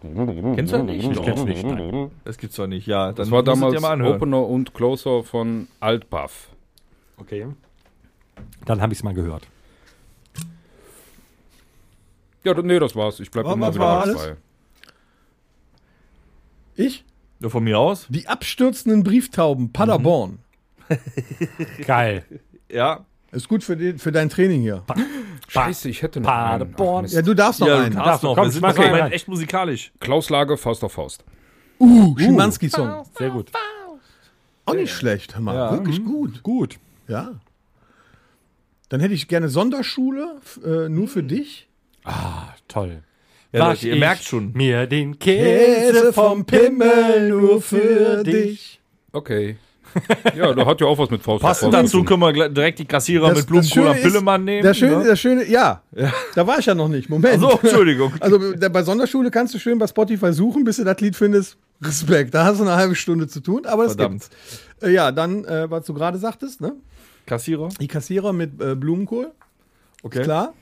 Speaker 4: Kennst du das nicht?
Speaker 3: Ich kenn's nicht. Nein.
Speaker 4: Das gibt's doch nicht, ja. Dann
Speaker 5: Das war
Speaker 4: musst du dir
Speaker 5: damals
Speaker 4: mal anhören.
Speaker 5: Opener und Closer von Altbuff.
Speaker 3: Okay. Dann habe ich es mal gehört.
Speaker 5: Ja, d- nee, das war's. Ich bleib
Speaker 2: War-
Speaker 5: immer
Speaker 2: was
Speaker 5: wieder
Speaker 2: war
Speaker 5: alles?
Speaker 2: alles?
Speaker 5: dabei.
Speaker 2: ich?
Speaker 4: Ja, von mir aus?
Speaker 2: Die abstürzenden Brieftauben, Paderborn.
Speaker 4: Mhm.
Speaker 3: Geil.
Speaker 4: Ja.
Speaker 2: Ist gut für, den, für dein Training hier.
Speaker 5: Scheiße, ich hätte noch einen. Ach,
Speaker 3: Paderborn.
Speaker 5: Mist.
Speaker 2: Ja, du darfst noch
Speaker 4: Ja,
Speaker 2: einen.
Speaker 4: du darfst noch.
Speaker 3: Komm,
Speaker 4: wir sind
Speaker 3: mach
Speaker 4: das Moment
Speaker 3: rein.
Speaker 4: echt musikalisch.
Speaker 5: Klaus Lage, Faust auf Faust.
Speaker 2: Uh, Schimanski-Song.
Speaker 3: Sehr gut. Mhm.
Speaker 2: Auch nicht schlecht, hör mal. Wirklich gut.
Speaker 3: Gut.
Speaker 2: Ja. Dann hätte ich gerne Sonderschule, f- äh, nur für dich.
Speaker 3: Toll.
Speaker 4: Ja,
Speaker 3: Wasch
Speaker 4: Leute, ihr
Speaker 3: ich
Speaker 4: merkt schon.
Speaker 3: Mir den Käse vom Pimmel nur für dich.
Speaker 5: Okay. Ja, da hat ja auch was mit Faust auf
Speaker 4: Passend
Speaker 5: Faust.
Speaker 4: dazu
Speaker 5: zu
Speaker 4: können
Speaker 5: tun.
Speaker 4: wir gleich direkt die Kassierer mit Blumenkohl
Speaker 2: Schöne
Speaker 4: und
Speaker 2: ist-
Speaker 4: Pillemann nehmen.
Speaker 2: Das Schöne,
Speaker 4: ne?
Speaker 2: das Schöne, ja, Da war ich ja noch nicht. Moment.
Speaker 4: So, Entschuldigung.
Speaker 2: Also da- bei Sonderschule kannst du schön bei Spotify suchen, bis du das Lied findest. Respekt, da hast du eine halbe Stunde zu tun, aber das
Speaker 4: Verdammt.
Speaker 2: gibt's. Äh, Ja, dann, äh, was du gerade sagtest, ne?
Speaker 4: Kassierer?
Speaker 2: Die Kassierer mit äh, Blumenkohl,
Speaker 4: Okay.
Speaker 2: klar.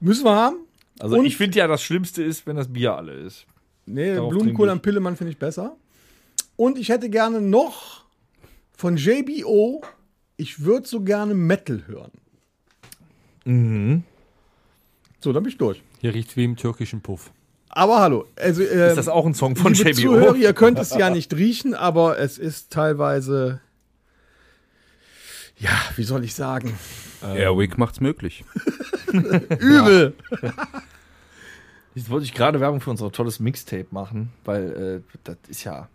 Speaker 2: Müssen wir haben.
Speaker 4: Also
Speaker 2: Und-
Speaker 4: ich finde ja, das Schlimmste ist, wenn das Bier alle ist.
Speaker 2: Nee,
Speaker 4: Darauf
Speaker 2: Blumenkohl
Speaker 4: trinke ich.
Speaker 2: am Pillemann finde ich besser. Und ich hätte gerne noch von JBO, ich würde so gerne Metal hören.
Speaker 4: Mhm.
Speaker 2: So, dann bin ich durch.
Speaker 3: Hier riecht's wie im türkischen Puff.
Speaker 2: Aber hallo, also ähm,
Speaker 4: Ist das auch ein Song von
Speaker 2: liebe
Speaker 4: JBO?
Speaker 2: Zuhörer, ihr könnt es ja nicht riechen, aber es ist teilweise, ja, wie soll ich sagen,
Speaker 5: Airwick macht's möglich.
Speaker 2: übel.
Speaker 4: Jetzt wollte ich gerade Werbung für unser tolles Mixtape machen, weil äh, das ist ja.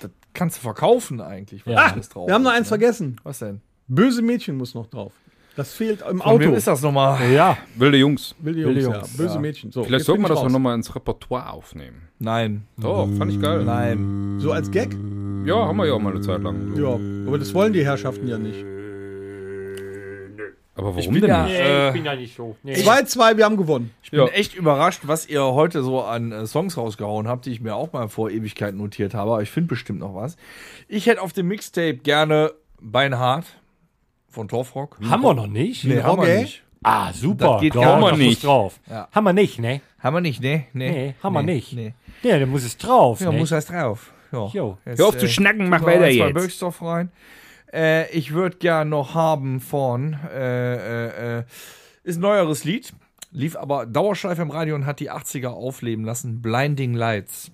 Speaker 4: Das kannst du verkaufen eigentlich. weil
Speaker 3: Ja.
Speaker 4: da alles drauf
Speaker 2: Wir haben noch
Speaker 4: ist,
Speaker 2: eins
Speaker 4: ne?
Speaker 2: vergessen.
Speaker 4: Was denn?
Speaker 2: Böse Mädchen muss noch drauf. Das fehlt im
Speaker 4: Von
Speaker 2: Auto.
Speaker 4: wem ist das nochmal?
Speaker 3: Ja,
Speaker 5: Wilde Jungs.
Speaker 2: Wilde Jungs,
Speaker 3: Wilde
Speaker 2: ja.
Speaker 3: Jungs,
Speaker 2: Böse Mädchen. So,
Speaker 5: Vielleicht
Speaker 2: jetzt
Speaker 5: sollten wir
Speaker 2: bin ich
Speaker 5: das doch
Speaker 2: raus.
Speaker 5: nochmal ins Repertoire aufnehmen.
Speaker 4: Nein.
Speaker 5: Doch, fand ich geil.
Speaker 4: Nein.
Speaker 2: So als Gag?
Speaker 5: Ja, haben wir ja auch mal eine Zeit lang.
Speaker 2: Ja, aber das wollen die Herrschaften ja nicht.
Speaker 5: Aber
Speaker 4: Ich
Speaker 5: warum
Speaker 4: bin,
Speaker 5: denn
Speaker 4: ja,
Speaker 5: nicht?
Speaker 4: äh,
Speaker 2: 2-2, wir haben gewonnen.
Speaker 4: ich bin
Speaker 5: Ja.
Speaker 4: echt überrascht, was ihr heute so an äh, Songs rausgehauen habt, die ich mir auch mal vor Ewigkeiten notiert habe. Aber ich finde bestimmt noch was. Ich hätte auf dem Mixtape gerne Beinhard von Torfrock.
Speaker 3: Haben wir noch nicht?
Speaker 4: Nee, haben wir
Speaker 2: Rogge?
Speaker 4: nicht.
Speaker 3: Ah, super.
Speaker 4: Das geht
Speaker 3: Doch,
Speaker 4: gar
Speaker 3: da
Speaker 5: nicht.
Speaker 3: muss drauf.
Speaker 4: Ja.
Speaker 3: Haben wir nicht, ne?
Speaker 4: Haben wir nicht, ne? Nee,
Speaker 3: Nee, haben wir nicht.
Speaker 4: Nee.
Speaker 3: Ja, da muss es drauf.
Speaker 4: Ja,
Speaker 3: ne?
Speaker 4: muss das drauf. Ja.
Speaker 3: Jo.
Speaker 4: Jetzt,
Speaker 5: Hör auf zu
Speaker 4: äh,
Speaker 5: schnacken, mach
Speaker 4: tun wir
Speaker 5: weiter
Speaker 4: ein, zwei
Speaker 5: jetzt.
Speaker 4: Böckstoff rein. Äh, ich würde gern noch haben von, äh, äh, äh, ist ein neueres Lied, lief aber Dauerschleife im Radio und hat die 80er aufleben lassen, Blinding Lights.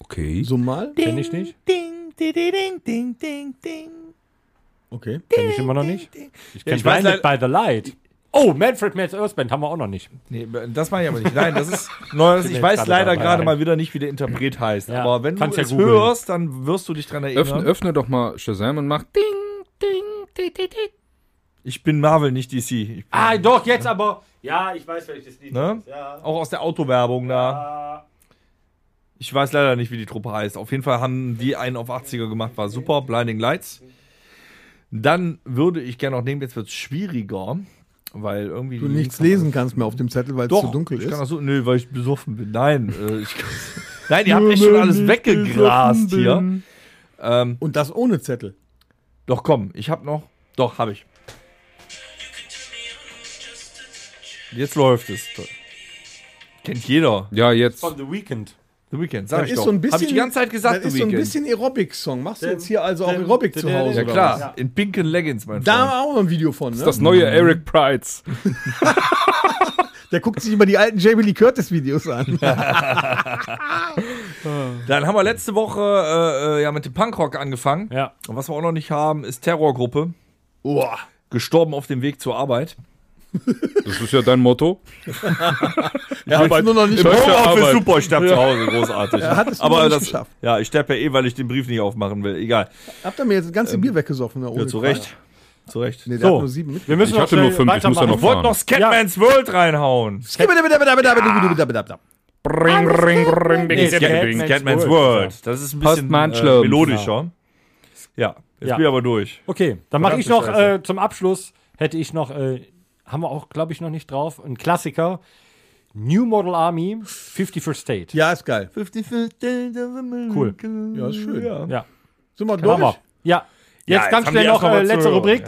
Speaker 5: Okay.
Speaker 2: So mal?
Speaker 3: Kenn ich nicht.
Speaker 4: Ding, ding, ding, ding, ding, ding.
Speaker 2: Okay.
Speaker 3: Kenn ich immer noch nicht. Ich kenn
Speaker 4: ich weiß
Speaker 3: Blinded by the Light. Oh, Manfred Mann's Earth Band haben wir auch noch nicht.
Speaker 4: Nee, das meine ich aber nicht. Nein, das ist neues.
Speaker 3: bin
Speaker 4: Ich
Speaker 3: jetzt
Speaker 4: weiß
Speaker 3: gerade
Speaker 4: leider
Speaker 3: dabei.
Speaker 4: gerade mal wieder nicht, wie der Interpret heißt.
Speaker 3: Ja,
Speaker 4: aber wenn du
Speaker 3: kannst ja
Speaker 4: es
Speaker 3: googeln.
Speaker 4: hörst, dann wirst du dich dran erinnern.
Speaker 5: Öffne, öffne doch mal Shazam und mach Ding, Ding, Ding, Ding, Ding.
Speaker 4: Ich bin Marvel, nicht DC. Ich bin,
Speaker 3: Ah, doch, jetzt aber. Ja, ich weiß, welches Lied.
Speaker 4: ne? Auch aus der Autowerbung da. Ich weiß leider nicht, wie die Truppe heißt. Auf jeden Fall haben die einen auf 80er gemacht, war super. Blinding Lights. Dann würde ich gerne noch nehmen, jetzt wird es schwieriger, weil irgendwie.
Speaker 2: Du nichts lesen kannst mehr auf dem Zettel, weil es
Speaker 4: Doch,
Speaker 2: zu dunkel
Speaker 4: ich
Speaker 2: ist.
Speaker 4: kann das so, nee, weil ich besoffen bin. Nein, äh, ich kann, nein, ihr habt echt schon alles weggegrast hier. Ähm,
Speaker 2: Und das ohne Zettel.
Speaker 4: doch komm, ich hab noch, doch hab ich. Jetzt läuft es. Kennt jeder.
Speaker 5: Ja, jetzt.
Speaker 3: Von The Weeknd.
Speaker 4: The Weeknd, sag
Speaker 2: Das
Speaker 4: ich
Speaker 2: ist
Speaker 4: doch.
Speaker 2: so ein bisschen,
Speaker 4: hab ich die ganze Zeit gesagt,
Speaker 2: das ist
Speaker 4: The
Speaker 2: so ein
Speaker 4: Weeknd.
Speaker 2: bisschen Aerobic-Song. Machst du jetzt hier also auch Aerobic zu Hause?
Speaker 4: ja
Speaker 2: oder
Speaker 4: klar,
Speaker 2: was?
Speaker 4: in pinken Leggings, mein
Speaker 2: Da haben
Speaker 4: Freund.
Speaker 2: wir auch noch ein Video von, ne?
Speaker 5: Das neue Eric Prides.
Speaker 2: Der guckt sich immer die alten Jamie Lee Curtis-Videos an.
Speaker 4: Dann haben wir letzte Woche äh, äh, ja mit dem Punkrock angefangen.
Speaker 3: Ja.
Speaker 4: Und was wir auch noch nicht haben, ist Terrorgruppe.
Speaker 2: Boah.
Speaker 4: Gestorben auf dem Weg zur Arbeit.
Speaker 5: Das ist ja dein Motto.
Speaker 4: Ja,
Speaker 2: aber nur noch nicht-
Speaker 4: im
Speaker 5: Ich möchte
Speaker 4: Homeoffice
Speaker 5: Arbeit.
Speaker 4: super, ich sterbe zu Hause, großartig. ne?
Speaker 2: Er hat es nur noch
Speaker 4: aber
Speaker 2: nicht
Speaker 4: das,
Speaker 2: geschafft.
Speaker 4: ja, ich sterbe ja eh, weil ich den Brief nicht aufmachen will. Egal.
Speaker 2: Habt ihr mir jetzt das ganze Bier weggesoffen? da
Speaker 4: Ähm, Ja,
Speaker 2: ohne
Speaker 4: zu
Speaker 2: Quatsch?
Speaker 4: Recht. Zu Recht.
Speaker 2: Nee,
Speaker 4: Ich
Speaker 2: der
Speaker 3: So.
Speaker 2: hat nur sieben mit.
Speaker 3: Wir müssen
Speaker 5: Ich hatte
Speaker 3: noch
Speaker 5: nur fünf, ich muss ja noch-
Speaker 4: wollte noch Scatman's World reinhauen.
Speaker 5: Ring, ring, ring,
Speaker 3: Nee,
Speaker 5: ding, ding, ding.
Speaker 4: Scatman's World.
Speaker 2: genau.
Speaker 4: Das ist ein bisschen äh,
Speaker 5: Postmanschlem.
Speaker 4: melodischer. Ja, jetzt
Speaker 3: Ja.
Speaker 4: bin ich aber durch.
Speaker 3: Okay, dann mache ich noch
Speaker 4: Verdammte Scheiße.
Speaker 3: äh, zum Abschluss, hätte ich noch, äh, haben wir auch, glaube ich, noch nicht drauf, ein Klassiker. New Model Army, 51st State.
Speaker 2: Ja, ist geil.
Speaker 4: Cool.
Speaker 2: Ja, ist schön.
Speaker 4: Ja.
Speaker 3: Ja,
Speaker 2: Sind wir durch?
Speaker 3: Hammer. Ja. Jetzt ganz
Speaker 4: haben
Speaker 3: schnell
Speaker 4: die erst
Speaker 3: noch äh,
Speaker 4: mal
Speaker 3: letzte
Speaker 4: zuhören.
Speaker 3: Rubrik.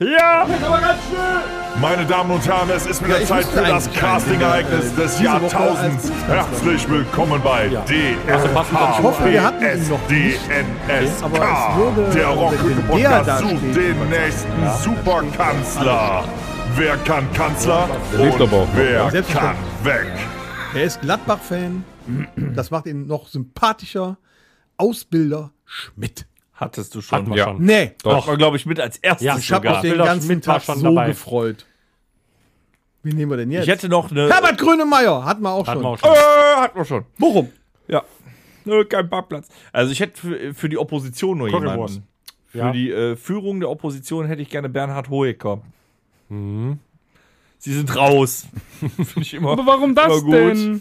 Speaker 4: Ja, so.
Speaker 1: Meine Damen und Herren, es ist wieder
Speaker 2: ich
Speaker 1: Zeit
Speaker 2: müsste
Speaker 1: für das
Speaker 2: eigentlich eigentlich,
Speaker 1: Casting-Ereignis
Speaker 2: äh,
Speaker 1: des
Speaker 2: diese Woche
Speaker 1: Jahrtausends.
Speaker 2: als Bundeskanzler.
Speaker 1: Herzlich willkommen bei
Speaker 3: passend dazu.
Speaker 1: DRH.
Speaker 2: Ich hoffe, Also, wir hatten ihn noch nicht.
Speaker 1: DNSK.
Speaker 2: Aber es würde,
Speaker 1: Der
Speaker 2: wenn
Speaker 1: rockige
Speaker 2: der da
Speaker 1: Podcast sucht
Speaker 2: steht,
Speaker 1: den nächsten Superkanzler. Wer kann Kanzler
Speaker 5: lebt aber auch
Speaker 1: und
Speaker 5: noch.
Speaker 1: wer kann
Speaker 2: Selbstverständlich.
Speaker 1: weg?
Speaker 2: Er ist Gladbach-Fan. Das macht ihn noch sympathischer. Ausbilder Schmidt.
Speaker 4: Hattest du schon.
Speaker 3: Hatten wir
Speaker 5: Ja.
Speaker 3: schon.
Speaker 2: Nee.
Speaker 4: Doch, glaube ich, mit als erstes
Speaker 3: Ja,
Speaker 2: Ich habe mich
Speaker 4: sogar.
Speaker 3: hab-
Speaker 2: den
Speaker 3: Bilder
Speaker 2: ganzen
Speaker 3: Schmidt war
Speaker 2: Tag
Speaker 3: schon
Speaker 2: so
Speaker 3: dabei.
Speaker 2: gefreut. Wen nehmen wir denn jetzt?
Speaker 4: Ich hätte noch eine.
Speaker 2: Herbert Grönemeyer hatten wir auch schon.
Speaker 3: Hatten wir auch
Speaker 4: Äh,
Speaker 3: schon.
Speaker 4: hat man schon.
Speaker 2: Bochum.
Speaker 4: Ja. Nö, kein Parkplatz. Also ich hätte für, für die Opposition nur
Speaker 3: Currywurst.
Speaker 4: jemanden. Für
Speaker 3: Ja.
Speaker 4: die äh, Führung der Opposition hätte ich gerne Bernhard Hoeker. Sie sind raus. Finde ich immer.
Speaker 5: Aber warum das
Speaker 4: war gut.
Speaker 5: denn?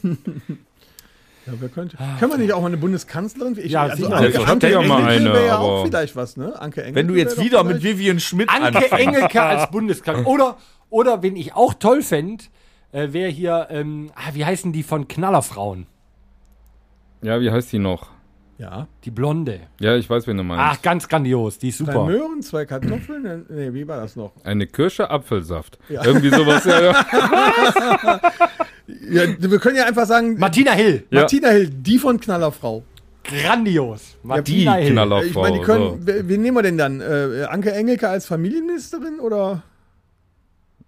Speaker 2: Ja, wer könnte? Können wir nicht auch mal eine Bundeskanzlerin? Ich, also
Speaker 3: Ja, sicher.
Speaker 5: Selbstverständlich auch mal
Speaker 2: Engelke
Speaker 5: eine,
Speaker 2: wäre ja auch
Speaker 5: aber-
Speaker 2: vielleicht was, ne? Anke Engelke
Speaker 4: Wenn du jetzt
Speaker 2: wäre doch
Speaker 4: wieder mit
Speaker 2: vielleicht-
Speaker 4: Vivian Schmidt
Speaker 3: Anke
Speaker 4: anfängst.
Speaker 3: Engelke als Bundeskanzlerin. Oder, oder wen ich auch toll fände, äh, wäre hier, ähm, ah, wie heißen die von Knallerfrauen?
Speaker 5: Ja, wie heißt die noch?
Speaker 2: Ja.
Speaker 3: Die Blonde.
Speaker 5: Ja, ich weiß, wen du meinst.
Speaker 3: Ach, ganz grandios. Die ist
Speaker 2: Drei
Speaker 3: super.
Speaker 2: Möhren, zwei Kartoffeln, ne, wie war das noch?
Speaker 5: Eine Kirsche Apfelsaft. Irgendwie sowas. Ah. Ja, ja.
Speaker 2: Ja, wir können ja einfach sagen,
Speaker 3: Martina Hill.
Speaker 5: Ja.
Speaker 2: Martina Hill, die von Knallerfrau.
Speaker 3: Grandios.
Speaker 5: Die
Speaker 3: Martina Hill.
Speaker 5: Knallerfrau.
Speaker 2: ich meine, die
Speaker 5: so.
Speaker 2: können, wen, wen nehmen wir denn dann? Äh, Anke Engelke als Familienministerin oder?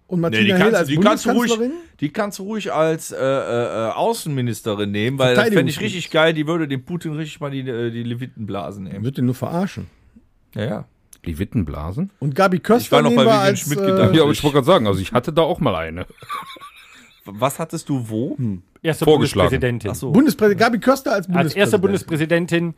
Speaker 2: Und
Speaker 4: Nee, die,
Speaker 2: Martina Hill als
Speaker 4: kannst, die, kannst du ruhig,
Speaker 2: Bundeskanzlerin?
Speaker 4: die kannst du ruhig als äh, äh, äh, Außenministerin nehmen, weil das fände ich richtig geil. Die würde dem Putin richtig mal die, äh, die Leviten blasen nehmen.
Speaker 2: Wird den nur verarschen.
Speaker 4: Ja, ja.
Speaker 5: Die Wittenblasen?
Speaker 2: Und Gabi
Speaker 4: Ich war
Speaker 2: Köster
Speaker 4: noch
Speaker 2: nehmen
Speaker 4: bei
Speaker 2: wir
Speaker 4: Vivian
Speaker 2: als, äh,
Speaker 4: Schmidt gedacht.
Speaker 5: Ja, aber ich wollte gerade sagen, also ich hatte da auch mal eine.
Speaker 4: Was hattest du wo?
Speaker 3: Erste
Speaker 5: Vorgeschlagen.
Speaker 3: Bundespräsidentin.
Speaker 4: Ach so.
Speaker 2: Bundespräsident, Gabi Köster als Bundespräsident.
Speaker 3: Als erste Bundespräsidentin.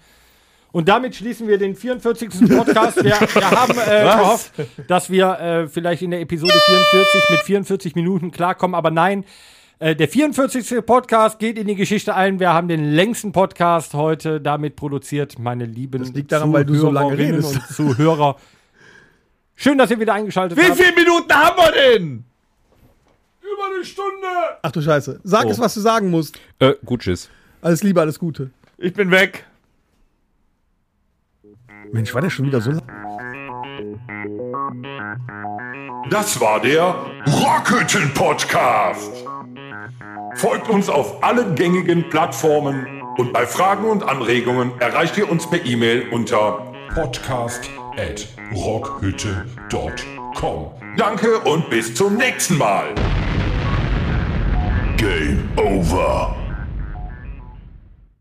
Speaker 3: Und damit schließen wir den 44. Podcast. Wir, wir haben äh, gehofft, dass wir äh, vielleicht in der Episode 44 mit 44 Minuten klarkommen. Aber nein, äh, der 44. Podcast geht in die Geschichte ein. Wir haben den längsten Podcast heute damit produziert, meine lieben das
Speaker 2: liegt daran, weil du so lange redest.
Speaker 3: und Zuhörer. Schön, dass ihr wieder eingeschaltet
Speaker 4: Wie
Speaker 3: habt.
Speaker 4: viele Minuten haben wir denn?
Speaker 7: Über eine Stunde.
Speaker 2: Ach du Scheiße. Sag
Speaker 4: Oh.
Speaker 2: es, was du sagen musst.
Speaker 5: Äh, gut, tschüss.
Speaker 2: Alles Liebe, alles Gute.
Speaker 4: Ich bin weg.
Speaker 2: Mensch, war der schon wieder so lang?
Speaker 1: Das war der Rockhütten Podcast. Folgt uns auf allen gängigen Plattformen und bei Fragen und Anregungen erreicht ihr uns per E-Mail unter podcast@rockhütte.com. Danke und bis zum nächsten Mal. Game over.